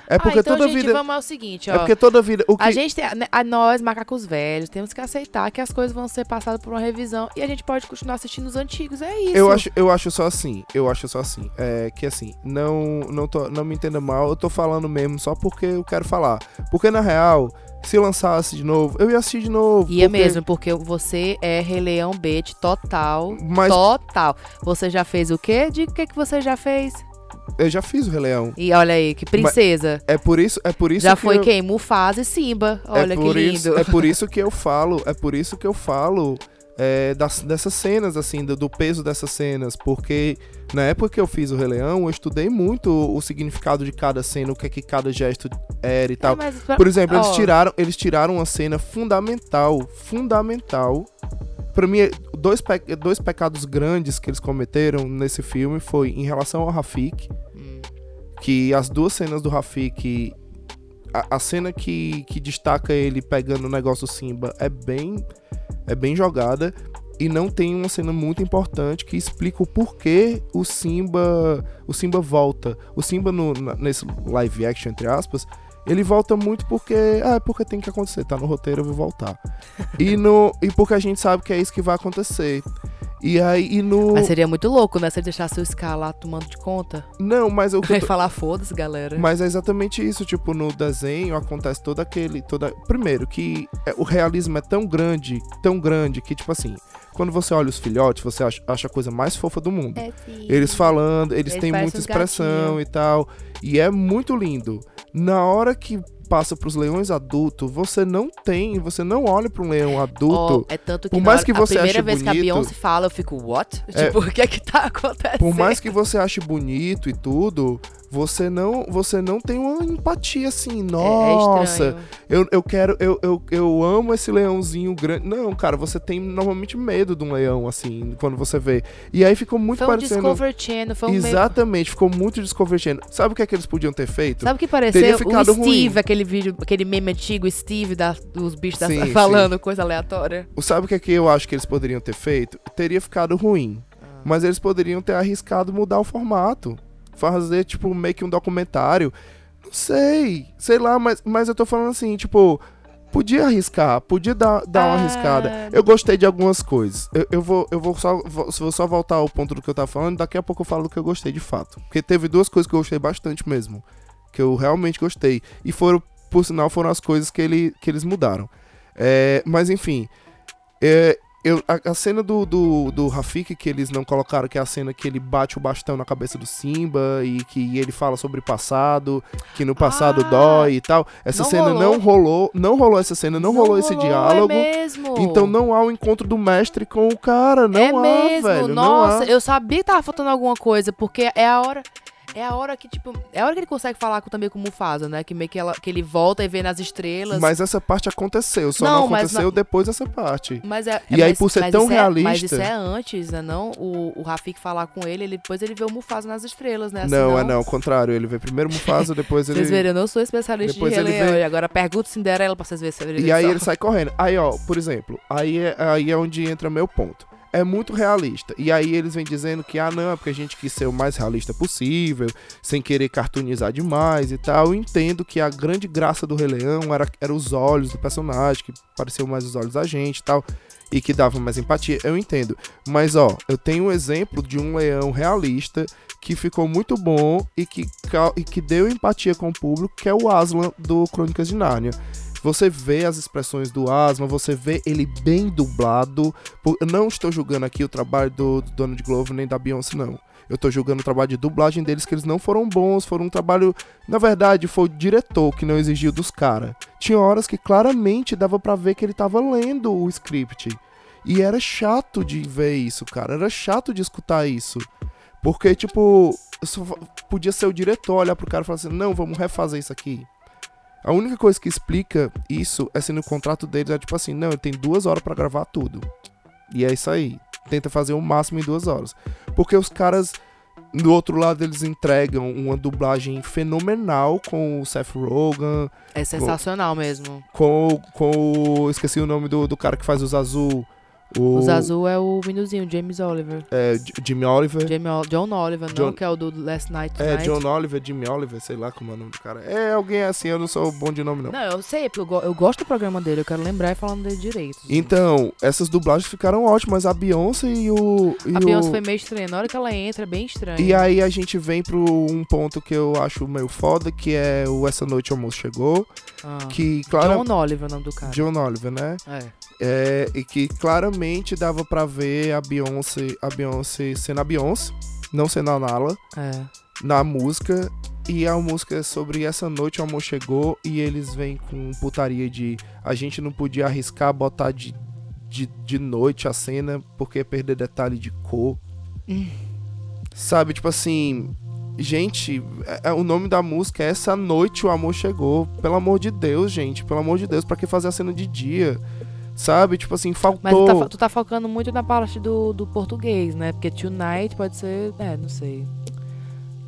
É porque ah, então, toda gente, vida. vamos ao seguinte, ó. É porque toda vida. O que, A gente, tem- né, a nós, macacos velhos, temos que aceitar que as coisas vão ser passadas por uma revisão e a gente pode continuar assistindo os antigos, é isso. Eu acho, eu acho só assim, eu acho só assim, é que assim, não não, tô- não me entenda mal, eu tô falando mesmo só porque eu quero falar. Porque na real, se lançasse de novo, eu ia assistir de novo. E é porque- mesmo, porque você é Rei Leão Bete total, Mas total. Você já fez o quê? Diga o que, que você já fez. eu já fiz o Rei Leão. E olha aí, que princesa. É por isso, é por isso já que foi eu, quem? Mufasa e Simba. Olha é que por lindo. Isso, é por isso que eu falo, é por isso que eu falo é, das, dessas cenas, assim, do, do peso dessas cenas, porque na época que eu fiz o Rei Leão, eu estudei muito o, o significado de cada cena, o que é que cada gesto era e tal. É, mas pra- Por exemplo, eles Ó. tiraram, eles tiraram uma cena fundamental, fundamental. Pra mim, dois, pe- dois pecados grandes que eles cometeram nesse filme foi em relação ao Rafik, Hum. que as duas cenas do Rafik, a, a cena que, que destaca ele pegando o negócio do Simba é bem é bem jogada e não tem uma cena muito importante que explica o porquê o Simba o Simba volta o Simba no- na- nesse live action entre aspas ele volta muito porque ah é porque tem que acontecer tá no roteiro eu vou voltar e no e porque a gente sabe que é isso que vai acontecer e aí e no Mas seria muito louco, né? Se ele deixasse o Scar lá tomando de conta. não mas o que eu Vai tô- falar, foda-se, galera. Mas é exatamente isso, tipo, no desenho acontece todo aquele. Toda... Primeiro, que é- o realismo é tão grande, tão grande, que, tipo assim, quando você olha os filhotes, você acha, acha a coisa mais fofa do mundo. É, Eles falando, eles, Eles têm parecem muita uns expressão e tal. E é muito lindo. Na hora que passa pros leões adultos, você não tem, você não olha pra um leão Ó, adulto. é tanto que Por na mais hora- que você a primeira ache vez que a bonito- Beyoncé fala, eu fico, what? É. Tipo, o que é que tá acontecendo? Por mais que você ache bonito e tudo, você não, você não tem uma empatia assim, É- nossa. É, estranho. Eu, eu quero, eu, eu, eu amo esse leãozinho grande. Não, cara, você tem normalmente medo de um leão, assim, quando você vê. E aí ficou muito Foi um parecendo. Discover Channel, foi um meio- Exatamente, ficou muito desconvertendo. Sabe o que é que eles podiam ter feito? Sabe o que pareceu? Teria O ficado ruim. Steve, aquele vídeo, aquele meme antigo, Steve da- dos bichos da- Sim, falando coisa aleatória. O- Sabe o que é que eu acho que eles poderiam ter feito? Teria ficado ruim. Mas eles poderiam ter arriscado mudar o formato. Fazer, tipo, meio que um documentário. Não sei. Sei lá, mas, mas eu tô falando assim, tipo. Podia arriscar, podia dar, dar uma Ah. arriscada. Eu gostei de algumas coisas. Eu, eu vou, eu vou, só, vou, vou só voltar ao ponto do que eu tava falando. Daqui a pouco eu falo do que eu gostei de fato. Porque teve duas coisas que eu gostei bastante mesmo. Que eu realmente gostei. E foram, por sinal, foram as coisas que, ele, que eles mudaram. É, mas enfim. É, eu, a, a cena do, do, do Rafik que eles não colocaram, que é a cena que ele bate o bastão na cabeça do Simba e que ele fala sobre passado, que no passado Ah, dói e tal. Essa não cena rolou. não rolou, não rolou essa cena, não, rolou, esse diálogo. É mesmo. então não há o encontro do mestre com o cara, não é há, mesmo, velho. nossa, não há. eu sabia que tava faltando alguma coisa, porque é a hora. É a hora que, tipo, é a hora que ele consegue falar com, também com o Mufasa, né? Que meio que, ela, que ele volta e vê nas estrelas. Mas essa parte aconteceu, só Não, não, mas aconteceu depois dessa parte. Mas é, E é- aí, mas- por ser mas tão isso é- mas realista- isso é antes, né? Não o, o Rafik falar com ele, ele- depois ele vê o Mufasa nas estrelas, né? Assim, não, é não, ao contrário, ele vê primeiro Mufasa, depois ele Vocês viram, eu não sou especialista Depois de Rei ele Leão. vê- E agora pergunto Cinderela pra vocês verem se eu E aí só- ele sai correndo. Aí, ó, por exemplo, aí é, aí é onde entra meu ponto. É muito realista. E aí eles vêm dizendo que, ah, não, é porque a gente quis ser o mais realista possível, sem querer cartoonizar demais e tal. Eu entendo que a grande graça do Rei Leão era, era os olhos do personagem, que pareciam mais os olhos da gente e tal, e que dava mais empatia. Eu entendo. Mas, ó, eu tenho um exemplo de um leão realista que ficou muito bom e que, ca- e que deu empatia com o público, que é o Aslan do Crônicas de Nárnia Você vê as expressões do Asma, você vê ele bem dublado. Por- Eu não estou julgando aqui o trabalho do, do Donald Glover nem da Beyoncé, não. Eu tô julgando o trabalho de dublagem deles, que eles não foram bons, foram um trabalho. Na verdade, foi o diretor que não exigiu dos caras. Tinha horas que claramente dava pra ver que ele tava lendo o script. E era chato de ver isso, cara. Era chato de escutar isso. Porque, tipo, só fa- podia ser o diretor olhar pro cara e falar assim: não, vamos refazer isso aqui. A única coisa que explica isso é se no contrato deles é tipo assim: não, ele tem duas horas pra gravar tudo. E é isso aí. Tenta fazer o máximo em duas horas. Porque os caras, do outro lado, eles entregam uma dublagem fenomenal com o Seth Rogen, É sensacional mesmo. com, o- com o. Esqueci o nome do, do cara que faz os azul. O, Os azul é o meninozinho, James Oliver. É, J- Jimmy Oliver. Jamie Ol- John Oliver, não, John- que é o do Last Night É, Tonight. John Oliver, Jimmy Oliver, sei lá como é o nome do cara. É alguém assim, eu não sou bom de nome, não. Não, eu sei, porque eu, go- eu gosto do programa dele, eu quero lembrar e falando dele direito. Então, essas dublagens ficaram ótimas. A Beyoncé e o. E a o- Beyoncé foi meio estranha. Na hora que ela entra, é bem estranho. E aí a gente vem pro um ponto que eu acho meio foda, que é o Essa Noite o Almoço Chegou. Ah. Que, claro. John Oliver é o nome do cara. John Oliver, né? É. É, e que claramente dava pra ver a Beyoncé, a Beyoncé sendo a Beyoncé, não sendo a Nala, É. na música. E a música é sobre essa noite o amor chegou e eles vêm com putaria de a gente não podia arriscar botar de, de, de noite a cena porque ia perder detalhe de cor. Hum. Sabe, tipo assim, gente, é- é- o nome da música é Essa Noite o Amor Chegou. Pelo amor de Deus, gente, pelo amor de Deus, pra que fazer a cena de dia? Sabe, tipo assim, Mas tu faltou. tá, fo- tu tá focando muito na parte do, do português, né? Porque tonight pode ser. É, não sei.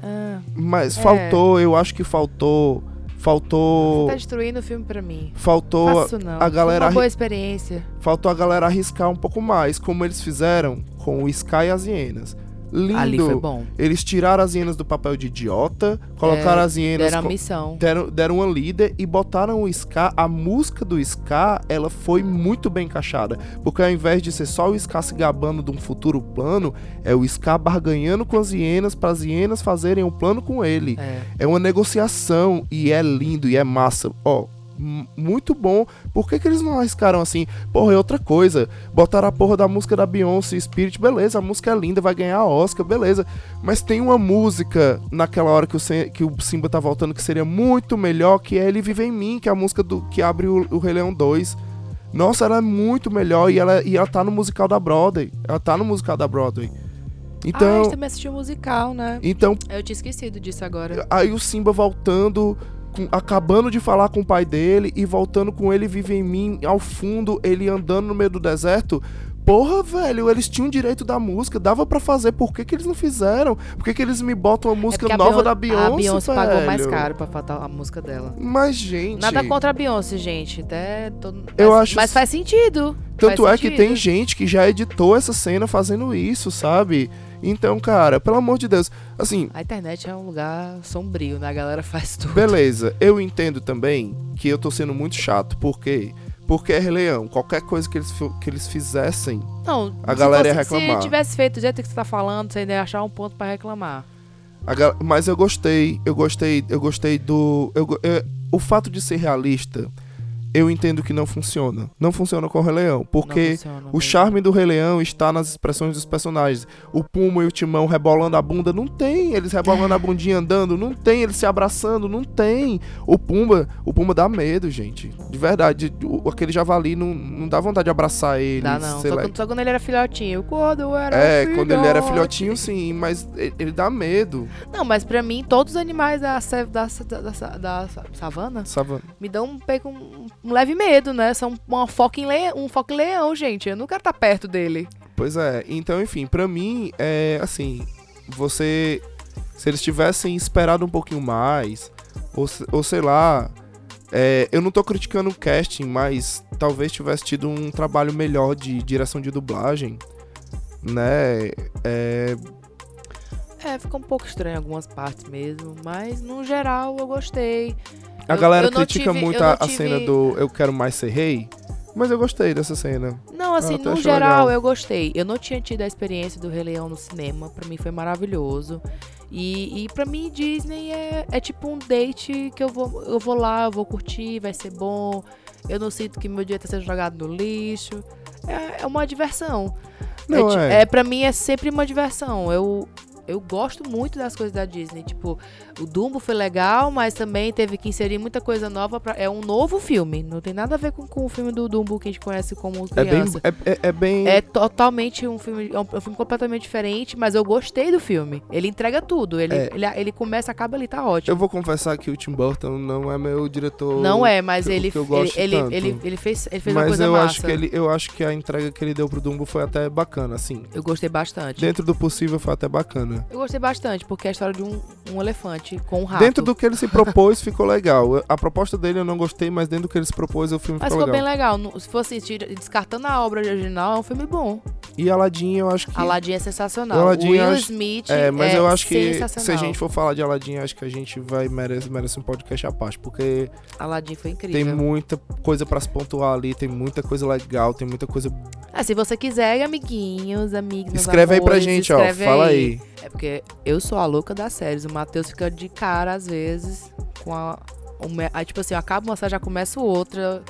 Ah, Mas É. faltou, eu acho que faltou. Faltou. Você tá destruindo o filme pra mim. Faltou. Faço não. a galera Foi uma arri- boa experiência. Faltou a galera arriscar um pouco mais, como eles fizeram com o Sky e as hienas. Lindo. Ali foi bom. Eles tiraram as hienas do papel de idiota, colocaram as hienas. É, Deram a co- missão. Deram, deram uma líder e botaram o Ska. A música do Ska, ela foi muito bem encaixada. Porque ao invés de ser só o Ska se gabando de um futuro plano, é o Ska barganhando com as hienas para as hienas fazerem um plano com ele. É. É uma negociação e é lindo e é massa. Ó, m- muito bom. Por que, que eles não arriscaram assim? Porra, é outra coisa. Botaram a porra da música da Beyoncé Spirit, beleza, a música é linda, vai ganhar Oscar, beleza. Mas tem uma música naquela hora que o, Sem- que o Simba tá voltando que seria muito melhor, que é Ele Vive em Mim, que é a música do que abre o, o Rei Leão 2. Nossa, ela é muito melhor e ela, e ela tá no musical da Broadway. Ela tá no musical da Broadway. Ah, a Então, gente também assistiu o musical, né? então Eu tinha esquecido disso agora. Aí o Simba voltando, com- acabando de falar com o pai dele e voltando com ele vive em mim ao fundo, ele andando no meio do deserto. Porra, velho, eles tinham direito da música, dava pra fazer, por que, que eles não fizeram? Por que, que eles me botam a música É porque a nova Beyon- da Beyoncé? A Beyoncé pagou velho? mais caro pra fatar a música dela. Mas, gente. Nada contra a Beyoncé, gente. Até tô- Eu mas, acho- Mas faz sentido. Tanto Faz é que sentido. tem gente que já editou essa cena fazendo isso, sabe? Então, cara, pelo amor de Deus. Assim, A internet é um lugar sombrio, né? A galera faz tudo. Beleza, eu entendo também que eu tô sendo muito chato, porque porque é Rei Leão, qualquer coisa que eles, fi- que eles fizessem, Não, A se galera ia fosse- reclamar. Se tivesse feito do jeito que você tá falando, você ainda ia achar um ponto pra reclamar. a gal- mas eu gostei, eu gostei, eu gostei do eu go- é, o fato de ser realista, eu entendo que não funciona. Não funciona com o Rei Leão, Não porque funciona o mesmo. charme do Rei Leão está nas expressões dos personagens. O Puma e o Timão rebolando a bunda, não tem. Eles rebolando a bundinha andando, não tem. Eles se abraçando, não tem. O Puma, o Puma dá medo, gente. De verdade, o- aquele javali não, não dá vontade de abraçar ele. Dá não. sei Só lá. quando, só quando ele era filhotinho. Quando eu era É, filhote. quando ele era filhotinho, sim, mas ele, ele dá medo. Não, mas pra mim, todos os animais da, sa- da, sa- da, sa- da sa- savana Sabe? me dão um, pe- um- um leve medo, né? São uma foca em le- um foco em leão, gente. Eu não quero estar perto dele. Pois é, então, enfim, pra mim, é assim, você. Se eles tivessem esperado um pouquinho mais, ou, se- ou sei lá. é, eu não tô criticando o casting, mas talvez tivesse tido um trabalho melhor de direção de dublagem, né? É, É, fica um pouco estranho em algumas partes mesmo. Mas, no geral, eu gostei. a Eu- galera eu não critica tive- muito eu a, não a cena tive- do Eu Quero Mais Ser Rei, mas eu gostei dessa cena. Não, assim, até no achei geral, legal. eu gostei. Eu não tinha tido a experiência do Rei Leão no cinema. Pra mim, foi maravilhoso. E, e para mim, Disney é, é tipo um date que eu vou, eu vou lá, eu vou curtir, vai ser bom. eu não sinto que meu dinheiro tá sendo jogado no lixo. É, é uma diversão. Não, é, ti- é. é, pra mim é sempre uma diversão. Eu, eu gosto muito das coisas da Disney. Tipo, o Dumbo foi legal, mas também teve que inserir muita coisa nova. pra- é um novo filme. Não tem nada a ver com, com o filme do Dumbo que a gente conhece como É bem, criança. é, é- é bem. É totalmente um filme, é um, é um filme completamente diferente, mas eu gostei do filme. Ele entrega tudo. Ele, É. ele, ele começa, acaba ali, tá ótimo. Eu vou confessar que o Tim Burton não é meu diretor. Não é, mas que eu- ele, que eu gosto ele, tanto. ele, ele, ele fez, ele fez uma mas coisa eu massa. acho que ele, eu acho que a entrega que ele deu pro Dumbo foi até bacana, assim. Eu gostei bastante. Dentro do possível foi até bacana. Eu gostei bastante, porque é a história de um, um elefante com um rato. Dentro do que ele se propôs ficou legal. Eu- A proposta dele eu não gostei, mas dentro do que ele se propôs o filme Mas ficou ficou legal. bem legal. Não- Se fosse tira- descartando a obra original, é um filme bom. E Aladdin eu acho que Aladdin é sensacional. O Aladdin, o Will eu acho- Smith É, mas eu acho que sensacional. se a gente for falar de Aladdin, acho que a gente vai merece, merece um podcast à parte, porque Aladdin foi tem incrível. muita coisa pra se pontuar ali, tem muita coisa legal, tem muita coisa. Ah, se você quiser, amiguinhos, amigos, meus escreve aí pra amores, gente, ó, escreve fala aí. É porque eu sou a louca das séries. O Matheus fica de cara, às vezes, com a... uma- aí, tipo assim, acaba uma série, já começa outra,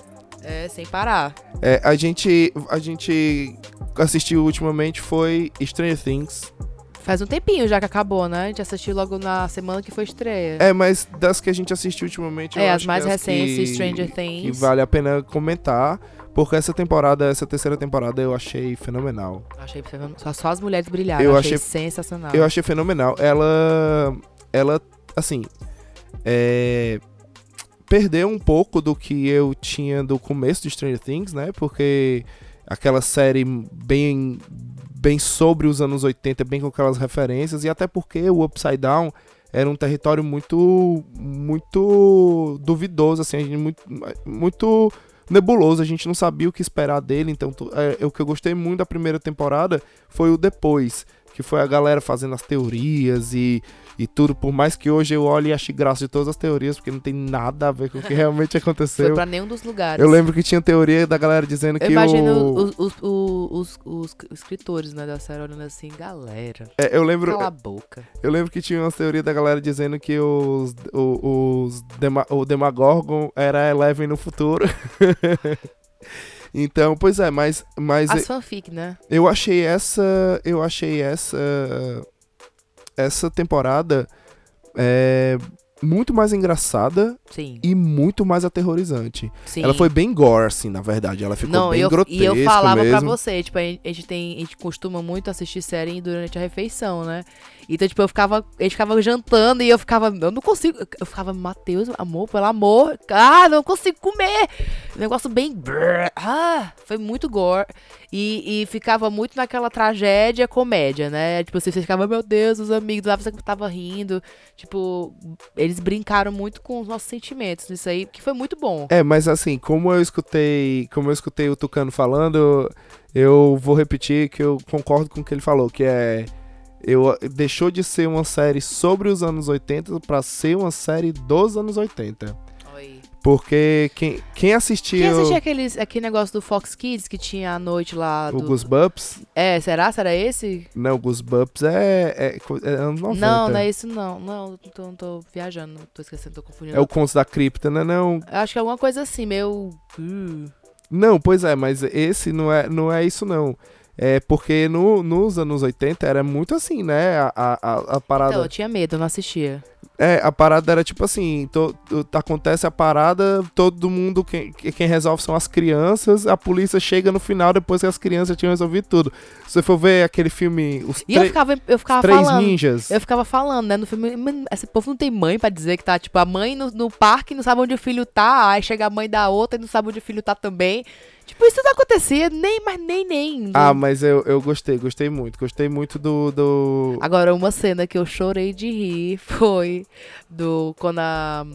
é, sem parar. É, a gente a gente assistiu ultimamente foi Stranger Things. Faz um tempinho já que acabou, né? A gente assistiu logo na semana que foi estreia. É, mas das que a gente assistiu ultimamente, eu É, as acho mais que recentes, que, Stranger que Things. vale a pena comentar, porque essa temporada, essa terceira temporada eu achei fenomenal. Achei só, só as mulheres brilharam. Eu achei, achei- sensacional. Eu achei fenomenal. Ela. Ela, assim. É. Perdeu um pouco do que eu tinha do começo de Stranger Things, né? Porque aquela série bem. Bem sobre os anos 80, bem com aquelas referências, e até porque o Upside Down era um território muito. muito duvidoso, assim, a gente- muito, muito nebuloso, a gente não sabia o que esperar dele, então tu- é, o que eu gostei muito da primeira temporada foi o depois que foi a galera fazendo as teorias e, e tudo, por mais que hoje eu olhe e ache graça de todas as teorias, porque não tem nada a ver com o que realmente Foi aconteceu. pra nenhum dos lugares. Eu lembro que tinha teoria da galera dizendo Eu que imagino o... os, os, os, os- os escritores né, da série olhando assim, galera, É, eu, lembro, cala a boca. eu lembro que tinha uma teoria da galera dizendo que os, o, os Dema- o Demagorgon era Eleven no futuro. então, pois é, mas, mas As fanfic, né? Eu achei essa. Eu achei essa. Essa temporada é, muito mais engraçada Sim, e muito mais aterrorizante. sim. Ela foi bem gore, assim, na verdade. Ela ficou Não, bem eu, grotesca e eu falava mesmo. pra você, tipo, a gente a gente tem, a gente costuma muito assistir série durante a refeição, né? Então, tipo, eu ficava, a gente ficava jantando e eu ficava, eu não consigo, eu ficava, Matheus, amor, pelo amor, ah, não consigo comer. Um Negócio bem, brrr, ah, foi muito gore e, e ficava muito naquela tragédia, comédia, né? Tipo, assim, você ficava, meu Deus, os amigos lá, você tava rindo, tipo, eles brincaram muito com os nossos sentimentos nisso aí, que foi muito bom. É, mas assim, como eu escutei, como eu escutei o Tucano falando, eu vou repetir que eu concordo com o que ele falou, que é eu deixou de ser uma série sobre os anos 80 pra ser uma série dos anos 80. Oi. Porque quem, quem assistiu Quem assistia é aqueles, aquele negócio do Fox Kids que tinha à noite lá? o do- Goosebumps, É, será? Será esse? não, o Goosebumps é, é, co- é anos 90. Não, não é isso não. Não, eu tô, não tô viajando, não tô esquecendo, tô confundindo. É o Conto da Cripta, né? Não, Eu acho que é alguma coisa assim, meio... uh, não, pois é, mas esse não é, não é isso não. É porque no, nos anos 80 era muito assim, né? A, a, a- a parada. Então, eu tinha medo, eu não assistia. É, a parada era tipo assim, to- to- acontece a parada, todo mundo, quem, quem resolve são as crianças, a polícia chega no final depois que as crianças tinham resolvido tudo. Se você for ver aquele filme, os E tre- eu ficava, eu ficava Três falando... Ninjas, Eu ficava falando, né, no filme, "Mano, esse povo não tem mãe pra dizer que tá, tipo, a mãe no, no parque não sabe onde o filho tá, aí chega a mãe da outra e não sabe onde o filho tá também. Tipo, isso não acontecia, nem, mas nem, nem. Ah, mas eu, eu gostei, gostei muito. Gostei muito do. do... Agora, uma cena que eu chorei de rir foi do quando a,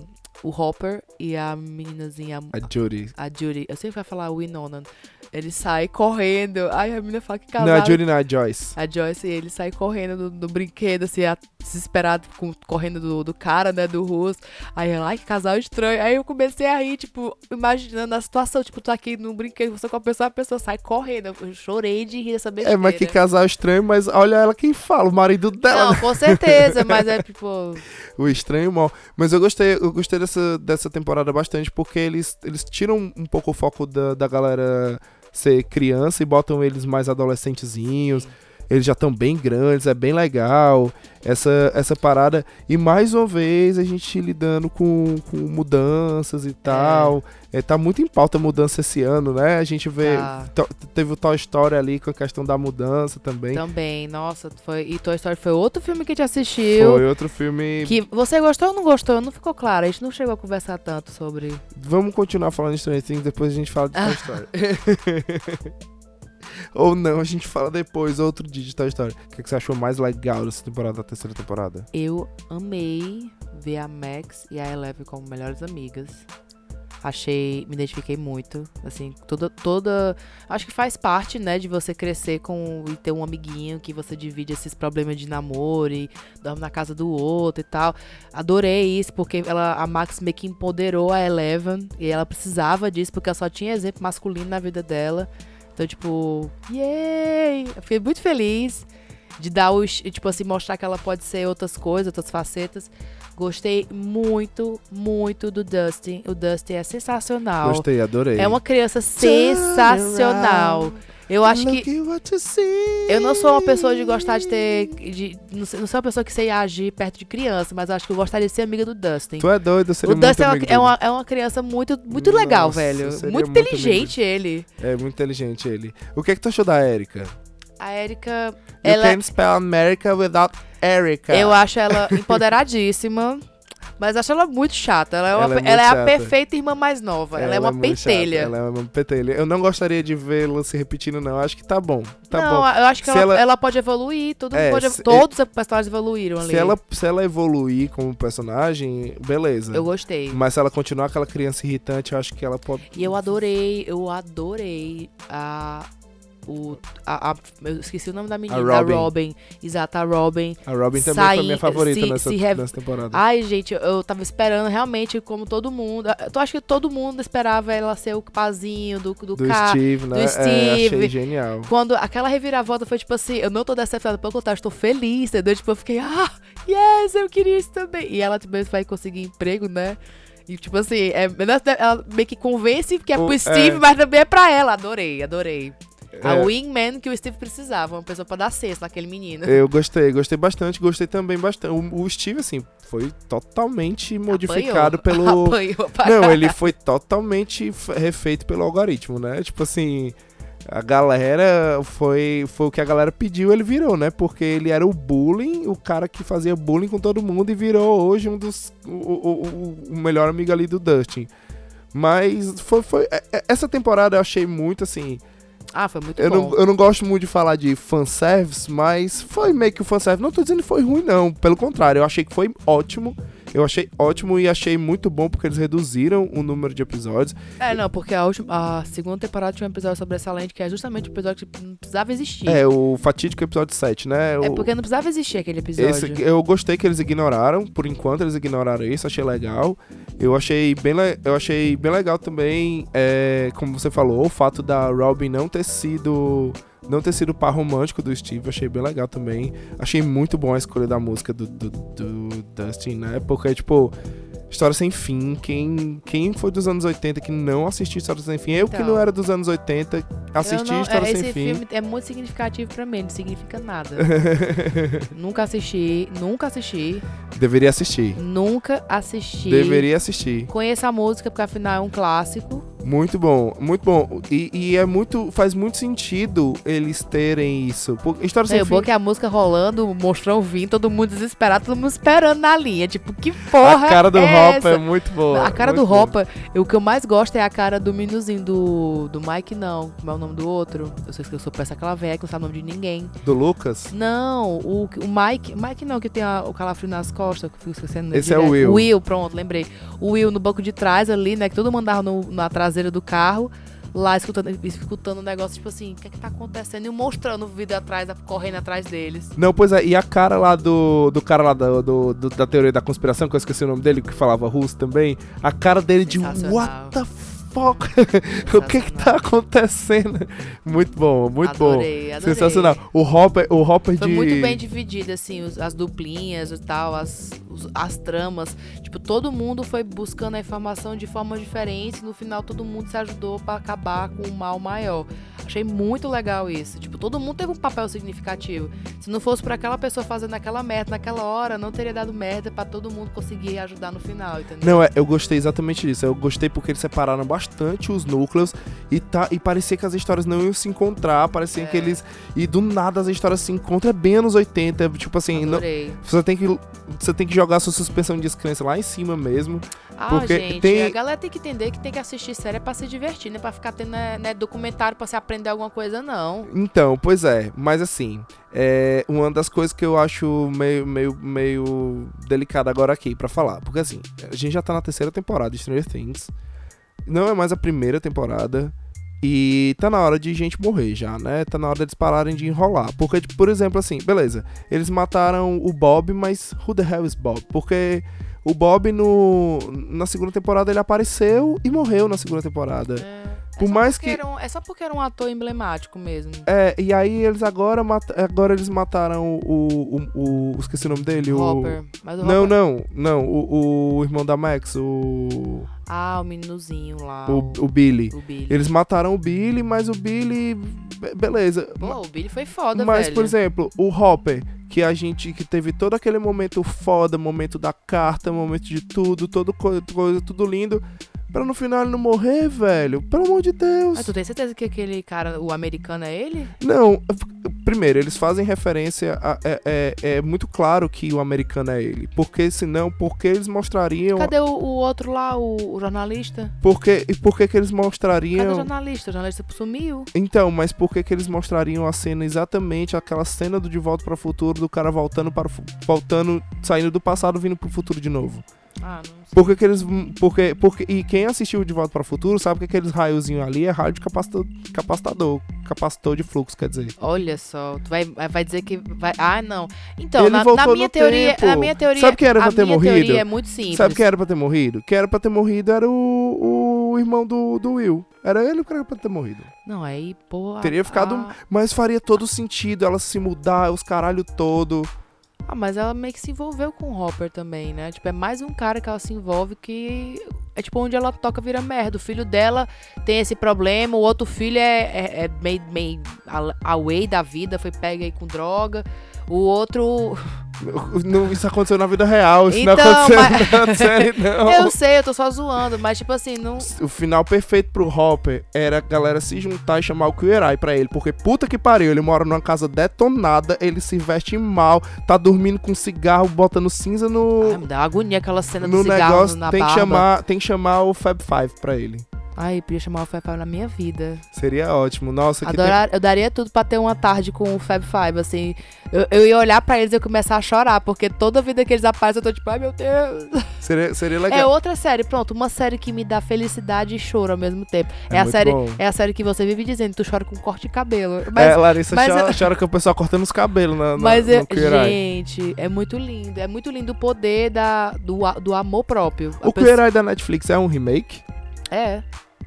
o Hopper e a meninazinha, A Judy. a Judy, eu sempre vou falar Winona, Ele sai correndo. Aí a menina fala que Não, a casal. Julie não, a Joyce. A Joyce, ele sai correndo do, do brinquedo, assim, a- desesperado, com- correndo do, do cara, né, do russo. Aí ela, ai, que casal estranho. Aí eu comecei a rir, tipo, imaginando a situação. Tipo, tô aqui num brinquedo, você com a pessoa, a pessoa sai correndo. Eu chorei de rir dessa besteira. É, mas que casal estranho, mas olha ela quem fala, o marido dela. Não, com certeza, mas é tipo... O estranho mal. Mas eu gostei, eu gostei dessa, dessa temporada bastante, porque eles, eles tiram um pouco o foco da, da galera ser criança e botam eles mais adolescentezinhos. Eles já estão bem grandes, é bem legal essa, essa parada. E mais uma vez a gente lidando com, com mudanças e tal. É, tá muito em pauta a mudança esse ano, né? A gente vê. Tá. to- Teve o Toy Story ali com a questão da mudança também. Também, nossa, foi... E Toy Story foi outro filme que a gente assistiu. Foi outro filme Então, Que você gostou ou não gostou? Não ficou claro. A gente não chegou a conversar tanto sobre. Vamos continuar falando de Stranger Things, depois a gente fala de Ah. Toy Story. Ou não, a gente fala depois, outro dia de Toy Story. O que, que você achou mais legal dessa temporada, da terceira temporada? Eu amei ver a Max e a Eleven como melhores amigas. Achei, me identifiquei muito, assim, toda, toda, acho que faz parte, né, de você crescer com e ter um amiguinho que você divide esses problemas de namoro e dorme na casa do outro e tal. Adorei isso porque ela, a Max meio que empoderou a Eleven e ela precisava disso porque ela só tinha exemplo masculino na vida dela. Então, tipo, yay! Eu fiquei muito feliz de dar os, tipo assim, mostrar que ela pode ser outras coisas, outras facetas. Gostei muito, muito do Dustin. O Dustin é sensacional. Gostei, adorei. É uma criança sensacional. Eu acho que eu não sou uma pessoa de gostar de ter. De, não, sei- não sou uma pessoa que sei agir perto de criança, mas acho que eu gostaria de ser amiga do Dustin. Tu é doido, eu seria O Dustin é uma, muito é, uma, é uma criança muito, muito legal, Nossa, velho. eu seria Muito muito amigo inteligente ele. É muito inteligente ele. O que é que tu achou da Erika? A Erika, You ela, é can't spell America without Erika. eu acho ela empoderadíssima, mas acho ela muito chata. Ela é, uma Ela é pe- muito ela é a chata. perfeita irmã mais nova. Ela, é uma muito chata, pentelha. Ela é uma pentelha. Eu não gostaria de vê-la se repetindo, não. Acho que tá bom. Tá não, bom. eu acho que Se ela, ela- ela pode evoluir. Todo mundo É, pode, se- todos os personagens evoluíram ali. Se ela, se ela evoluir como personagem, beleza. Eu gostei. Mas se ela continuar aquela criança irritante, eu acho que ela pode. E eu adorei, eu adorei a. O, a, a- eu esqueci o nome da menina, A Robin. da Robin. Exato, a Robin. A Robin também foi Sair- minha favorita se- nessa, se Ah, re- nessa temporada. Ai, gente, eu, eu tava esperando realmente, como todo mundo. Eu acho que todo mundo esperava ela ser o pazinho do, do, do carro. Steve, né? do É, achei Steve. genial. Quando aquela reviravolta foi tipo assim, eu não tô decepcionada, pelo contrário, estou feliz, entendeu? Tipo, eu fiquei, ah, yes, eu queria isso também. E ela também vai conseguir emprego, né? E tipo assim, é, ela meio que convence que é O- pro é. Steve, mas também é pra ela. Adorei, adorei. A É, wingman que o Steve precisava, uma pessoa pra dar cesta naquele menino. eu gostei, gostei bastante, gostei também bastante. O, o Steve, assim, foi totalmente modificado pelo. Apanhou pra Não, ele foi totalmente f- refeito pelo algoritmo, né? Tipo assim, a galera foi, foi o que a galera pediu, ele virou, né? Porque ele era o bullying, o cara que fazia bullying com todo mundo e virou hoje um dos o, o- o- o melhor amigo ali do Dustin. Mas foi, foi é- é- essa temporada eu achei muito assim. Ah, foi muito Eu bom. não, eu não gosto muito de falar de fanservice, mas foi meio que o fanservice. Não tô dizendo que foi ruim, não. Pelo contrário, eu achei que foi ótimo. Eu achei ótimo e achei muito bom porque eles reduziram o número de episódios. É, não, porque a, última, a segunda temporada tinha um episódio sobressalente, que é justamente o episódio que não precisava existir. É, o fatídico episódio 7, né? É O- porque não precisava existir aquele episódio. esse, eu gostei que eles ignoraram, por enquanto eles ignoraram isso, achei legal. Eu achei bem, le- eu achei bem legal também, é, como você falou, o fato da Robin não ter sido não ter sido o par romântico do Steve, eu achei bem legal também. Achei muito bom a escolha da música do, do, do Dustin, né? Porque, tipo, História Sem Fim, quem, quem foi dos anos 80 que não assistiu História Sem Fim? Eu que Então. não era dos anos 80, Eu assisti não- História é, Sem esse Fim. filme é muito significativo pra mim, não significa nada. nunca assisti, nunca assisti, Deveria assistir. nunca assisti. Deveria assistir. Conheço a música, porque afinal é um clássico. Muito bom, muito bom. E, e é muito. Faz muito sentido eles terem isso. Porque história sem Sei, o bom fim. é que a música rolando, o monstrão vindo, todo mundo desesperado, todo mundo esperando na linha. Tipo, que porra a cara do é Hopper é essa? muito boa. A cara do muito boa. Hopper, o que eu mais gosto é a cara do meninozinho do, do Mike, não. Como é o nome do outro? Eu sei que eu sou peça clavé, que não sabe o nome de ninguém. Do Lucas? Não, o, o Mike. Mike não, que tem a- o calafrio nas costas, que eu fico esquecendo. Esse é o Will. Will, pronto, lembrei. O Will no banco de trás ali, né? Que todo mundo andava no- na traseira do carro. lá escutando, escutando um negócio, tipo assim, o que é que tá acontecendo? E mostrando o vídeo atrás, correndo atrás deles. Não, pois é, e a cara lá do, do cara lá do, do- do- da teoria da conspiração, que eu esqueci o nome dele, que falava russo também, a cara dele de Sensacional. what the fuck? o que que tá acontecendo? Muito bom, muito bom. adorei, Adorei, Sensacional. O Hopper, o Hopper Foi de. muito bem dividido, assim, os- as duplinhas e tal, as, os- as tramas. Tipo, todo mundo foi buscando a informação de formas diferentes. No final, todo mundo se ajudou pra acabar com o mal maior. Achei muito legal isso. Tipo, todo mundo teve um papel significativo. Se não fosse pra aquela pessoa fazendo aquela merda naquela hora, não teria dado merda pra todo mundo conseguir ajudar no final, entendeu? Não, é, eu gostei exatamente disso. Eu gostei porque eles separaram bastante os núcleos e, tá, e parecia que as histórias não iam se encontrar, parecia que eles. E do nada as histórias se encontram, é bem anos 80, é tipo assim, não- Adorei. você, tem que, você tem que jogar sua suspensão de descrença lá em cima mesmo. Ah, porque gente, tem- a galera tem que entender que tem que assistir série pra se divertir, não é pra ficar tendo né, né, documentário pra se aprender alguma coisa, não. Então, pois é, mas assim, é uma das coisas que eu acho meio, meio, meio delicada agora aqui pra falar. Porque assim, a gente já tá na terceira temporada de Stranger Things. Não é mais a primeira temporada. E tá na hora de gente morrer já, né? Tá na hora deles pararem de enrolar. Porque, tipo, por exemplo, assim, beleza, eles mataram o Bob, mas who the hell is Bob? Porque o Bob no, na segunda temporada ele apareceu e morreu na segunda temporada. Por É só mais porque que- era um- é só porque era um ator emblemático mesmo. É, e aí eles agora, mat- agora eles mataram o, o, o, o- Esqueci É, o nome dele. Hopper. Mas O... o Não, Hopper... não, não. O, o irmão da Max, o, Ah, o meninozinho lá. o. O Billy. o Billy. Eles mataram o Billy, mas o Billy. be- Beleza. Pô, o Billy foi foda, é Mas, velho. por exemplo, o Hopper, que a gente que teve todo aquele momento foda, momento da carta, momento de tudo, todo co- coisa, tudo lindo. Pra no final ele não morrer, velho. Pelo amor de Deus. Mas Ah, tu tem certeza que aquele cara, o americano, é ele? Não, f- primeiro, eles fazem referência. A, é, é- é muito claro que o americano é ele. Porque senão, por que eles mostrariam. Cadê o, o outro lá, o, o jornalista? Porque, e por que que eles Cadê o mostrariam. jornalista? O jornalista sumiu. Então, mas por que que eles mostrariam a cena exatamente aquela cena do De Volta para o Futuro, do cara voltando para o fu- voltando, saindo do passado, vindo pro futuro de novo? Ah, não sei. Por que que eles. Porque, porque, e quem assistiu De Volta para o Futuro sabe que aqueles raiozinhos ali é raio de capacitador, capacitador, capacitor de fluxo, quer dizer. Olha só, tu vai, vai dizer que vai. Ah, não. Então, Ele na, na voltou minha no teoria, tempo. na minha teoria, Sabe quem era a pra ter minha morrido? teoria é muito simples. Sabe quem era pra ter morrido? Quem era pra ter morrido era o, o irmão do, do Will. Era ele que era pra ter morrido. Não, aí, ah, pô. a- Teria ficado um- a- Mas faria todo sentido ela se mudar, os caralho todo. Ah, mas ela meio que se envolveu com o Hopper também, né? Tipo, é mais um cara que ela se envolve que. É tipo onde ela toca vira merda. O filho dela tem esse problema, o outro filho é, é, é meio, meio a- away da vida, foi pego aí com droga. O outro. Não, isso aconteceu na vida real, isso não Então, aconteceu mas- na série, não. Eu sei, eu tô só zoando, mas tipo assim, não. O final perfeito pro Hopper era a galera se juntar e chamar o Queerai pra ele. Porque puta que pariu, ele mora numa casa detonada, ele se veste mal, tá dormindo com cigarro, botando cinza Ai, no, me dá uma agonia aquela cena do no cigarro negócio. na Tem que, barba. chamar, tem que chamar o Fab Five pra ele. Ai, podia chamar o Fab Five na minha vida. Seria ótimo. Nossa, que Adorar, Eu daria tudo pra ter uma tarde com o Fab Five, assim. Eu, eu ia olhar pra eles e eu ia começar a chorar, porque toda vida que eles aparecem eu tô tipo, ai meu Deus. tempo- seria, seria É legal. outra série, pronto, uma série que me dá felicidade e choro ao mesmo tempo. É, É a muito série, bom. é a série que você vive dizendo, tu chora com corte de cabelo. Mas, é, Larissa mas chora, eu- chora que o pessoal cortando os cabelos na, na, mas no é, Queerai. gente, é muito lindo, é muito lindo o poder da, do, a- do amor próprio. A O pessoa- Queerai da Netflix é um remake? é.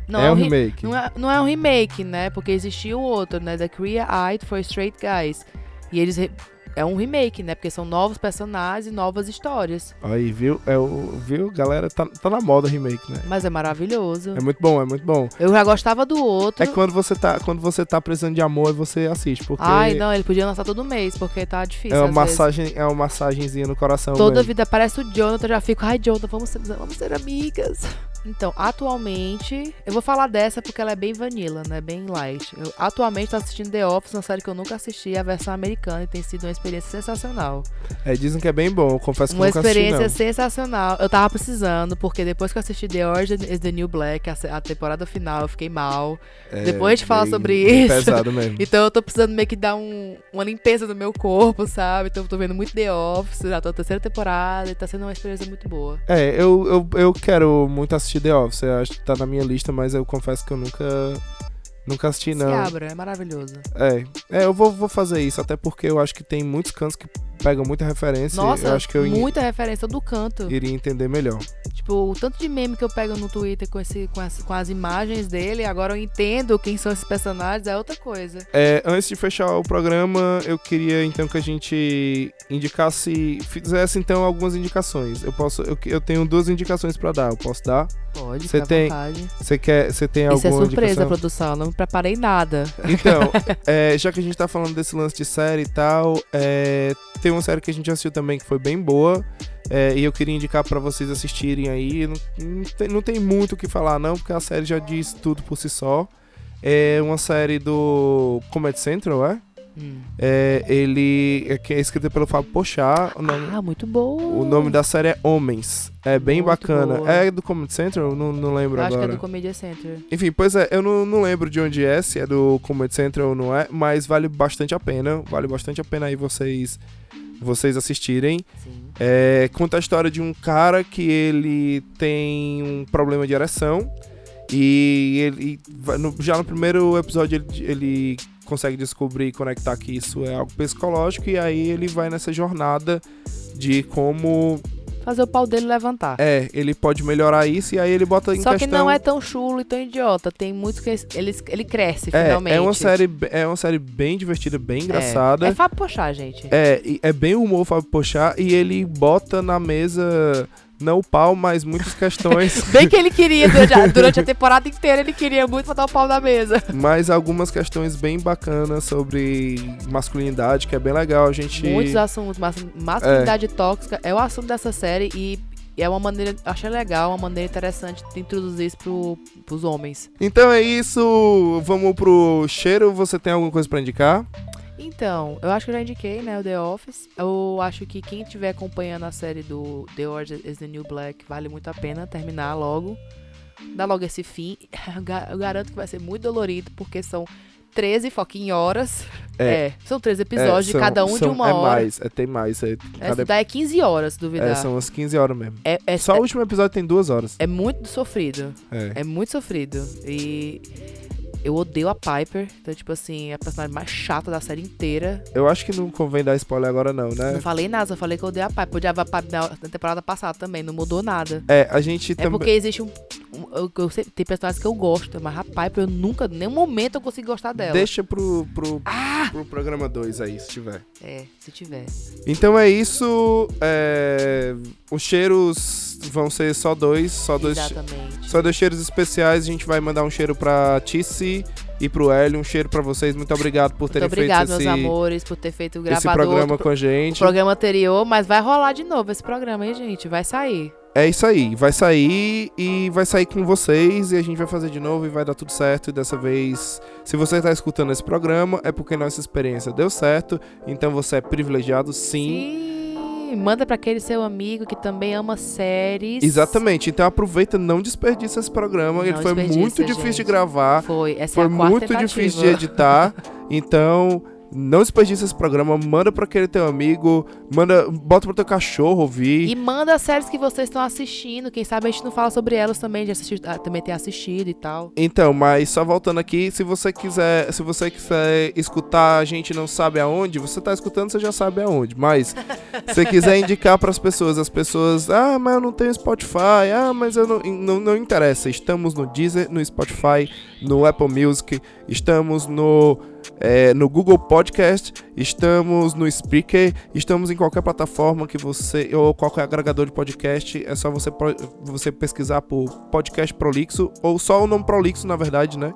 Não é um re- remake. Não é, não é um remake, né? Porque existia o outro, né? The Queer Eyed for Straight Guys. E eles re- é um remake, né? Porque são novos personagens e novas histórias. Aí, viu? É o, viu? Galera, tá, tá na moda remake, né? Mas é maravilhoso. É muito bom, é muito bom. Eu já gostava do outro. É quando você tá, quando você tá precisando de amor, aí você assiste, porque Ai, não, ele podia lançar todo mês, porque tá difícil. é uma né? às massagem, é uma massagenzinha no coração. vezes. Toda mesmo. vida aparece o Jonathan, eu já fico, ai, Jonathan, vamos ser, vamos ser amigas. Então, atualmente, eu vou falar dessa porque ela é bem vanilla, né? Bem light. Eu atualmente tô assistindo The Office, uma série que eu nunca assisti, a versão americana, e tem sido uma experiência sensacional. É, dizem que é bem bom, eu confesso que Uma nunca assisti não. experiência sensacional. Eu tava precisando, porque depois que eu assisti The Origin is the New Black, a, se- a temporada final, eu fiquei Uhum. mal. Depois a gente fala É bem- sobre bem isso. Pesado mesmo. Então eu tô precisando meio que dar um- uma limpeza no meu corpo, sabe? Então eu tô vendo muito The Office, já tô na terceira temporada, e tá sendo uma experiência muito boa. É, eu, eu, eu quero muito assistir assistir The Office. Eu acho que tá na minha lista, mas eu confesso que eu nunca. Nunca assisti, não. Se abra, é maravilhoso. É, é eu vou, vou fazer isso, até porque eu acho que tem muitos cantos que pegam muita referência. Nossa, eu acho que eu in- muita referência do canto. iria entender melhor. Tipo, o tanto de meme que eu pego no Twitter com, esse, com, as, com as imagens dele, agora eu entendo quem são esses personagens, é outra coisa. É, antes de fechar o programa, eu queria então que a gente indicasse, fizesse então algumas indicações. Eu posso, eu, eu tenho duas indicações pra dar. Eu posso dar? Pode, Você fica à tem vontade. Você quer, você tem Isso é alguma surpresa, indicação? produção. eu Não me preparei nada. Então, é, já que a gente tá falando desse lance de série e tal, é, tem uma série que a gente assistiu também que foi bem boa. é, e eu queria indicar pra vocês assistirem aí. Não, não tem, não tem muito o que falar, não, porque a série já diz tudo por si só. É uma série do Comedy Central, é? Hum. é ele é, que é escrita pelo Fábio Pochá. O nome, Ah, muito bom. o nome da série é Homens. É bem Muito bacana. boa. É do Comedy Central? Não, não lembro Eu acho que agora. é do Comedia Center. Enfim, pois é, eu não, não lembro de onde é, se é do Comedy Central ou não é, mas vale bastante a pena. Vale bastante a pena aí vocês vocês assistirem. Sim. É, conta a história de um cara que ele tem um problema de ereção e ele vai- no- já no primeiro episódio ele, ele consegue descobrir e conectar que isso é algo psicológico e aí ele vai nessa jornada de como Fazer o pau dele levantar. é ele pode melhorar isso e aí ele bota em Só que questão não é tão chulo e tão idiota. Tem muito que ele, ele cresce finalmente. É, é uma série, be- é uma série bem divertida, bem É, engraçada. Fábio Pochá, gente. É, e é, bem o humor Fábio Pochá e ele bota na mesa não o pau, mas muitas questões, Bem que ele queria, durante a, durante a temporada inteira, ele queria muito botar o pau na mesa. mas algumas questões bem bacanas sobre masculinidade, que é bem legal a gente Muitos assuntos. mas- Masculinidade tóxica é o assunto dessa série e, e é uma maneira, eu achei legal, uma maneira interessante de introduzir isso pro, pros homens. Então é isso, vamos pro cheiro, você tem alguma coisa pra indicar? Um Então, eu acho que eu já indiquei, né, o The Office. Eu acho que quem estiver acompanhando a série do The Orange is the New Black vale muito a pena terminar logo. Dar logo esse fim. Eu ga- eu garanto que vai ser muito dolorido, porque são 13 fucking horas. É. É, são 13 episódios, É, de são- cada um são- de uma é hora. mais, é tem mais, é, É, cada- se dá é 15 horas, se duvidar. é, são umas 15 horas mesmo. É, é- Só é- o último episódio tem duas horas. é muito sofrido. É. É muito sofrido. E eu odeio a Piper. Então, tipo assim, é a personagem mais chata da série inteira. Eu acho que não convém dar spoiler agora não, né? Não falei nada, só falei que eu odeio a Piper. Odiava a Piper na na temporada passada também, não mudou nada. É, a gente É também porque existe um. um- eu, eu sei- tem personagens que eu gosto, mas a Piper eu nunca, em nenhum momento eu consigo gostar dela. Ah! Deixa pro, pro, pro programa 2 aí, se tiver. É, se tiver. Então é isso. é, Os cheiros vão ser só dois. Só dois, Exatamente. só dois cheiros especiais. A gente vai mandar um cheiro pra Tice e pro Hélio. Um cheiro pra vocês. Muito obrigado por Muito terem obrigado, feito meus esse, amores, por ter feito o esse gravador. programa com a o gente. programa anterior, mas vai rolar de novo esse programa, hein, gente? Vai sair. É isso aí. Vai sair e vai sair com vocês. E a gente vai fazer de novo e vai dar tudo certo. E dessa vez, se você tá escutando esse programa, é porque nossa experiência deu certo. Então você é privilegiado, sim. Sim. Manda pra aquele seu amigo que também ama séries. Exatamente. Então aproveita, não desperdiça esse programa. Não Ele foi desperdiça, muito difícil de gente. gravar, Foi, essa foi é a quarta muito tentativa. difícil de editar. então, não desperdiça esse programa, manda pra aquele teu amigo, manda, bota pro teu cachorro ouvir. E manda as séries que vocês estão assistindo. Quem sabe a gente não fala sobre elas também, de assistir, ah, também ter assistido e tal. Então, mas só voltando aqui, se você quiser, se você quiser escutar, a gente não sabe aonde, você tá escutando, você já sabe aonde, mas se você quiser indicar pras pessoas, as pessoas, ah, mas eu não tenho Spotify, ah, mas eu não, não, não interessa, estamos no Deezer, no Spotify, no Apple Music, estamos no é, no Google Podcast, estamos no Spreaker, estamos em qualquer plataforma que você ou qualquer agregador de podcast, é só você pro- você pesquisar por podcast prolixo ou só o nome prolixo na verdade, né?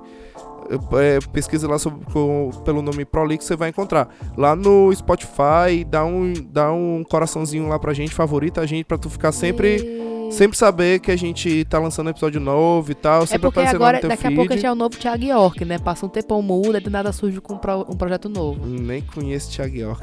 É, pesquisa lá sobre- com- pelo nome Prolixo, você vai encontrar. Lá no Spotify, dá um, dá um coraçãozinho lá pra gente, favorita a gente, pra tu ficar sempre, E- sempre saber que a gente tá lançando episódio novo e tal. É Sempre porque aparecendo agora, no teu daqui a feed. pouco a gente é o novo Thiago York, né? Passa um tempão muda, do nada surge com um, pro- um projeto novo. Nem conheço Thiago York.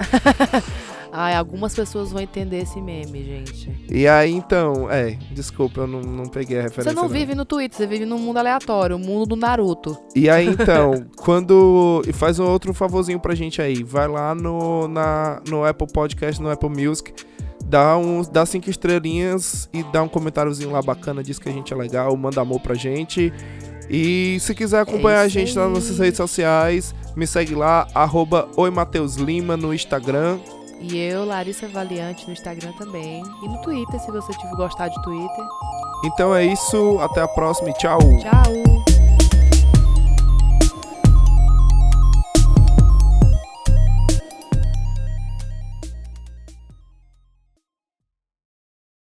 Ai, algumas pessoas vão entender esse meme, gente. E aí, então, é, desculpa, eu não, não peguei a referência. Você não vive no Twitter, você vive num mundo aleatório, o mundo do Naruto. E aí, então, quando. E faz um outro favorzinho pra gente aí. Vai lá no, na, no Apple Podcast, no Apple Music. Dá, uns, dá cinco estrelinhas e dá um comentáriozinho lá bacana, diz que a gente é legal, manda amor pra gente. E se quiser acompanhar a É isso gente nas aí. nossas redes sociais, me segue lá, arroba Oi Mateus Lima no Instagram. E eu, Larissa Valiante, no Instagram também. E no Twitter, se você tiver gostar de Twitter. Então é isso, até a próxima e tchau. Tchau!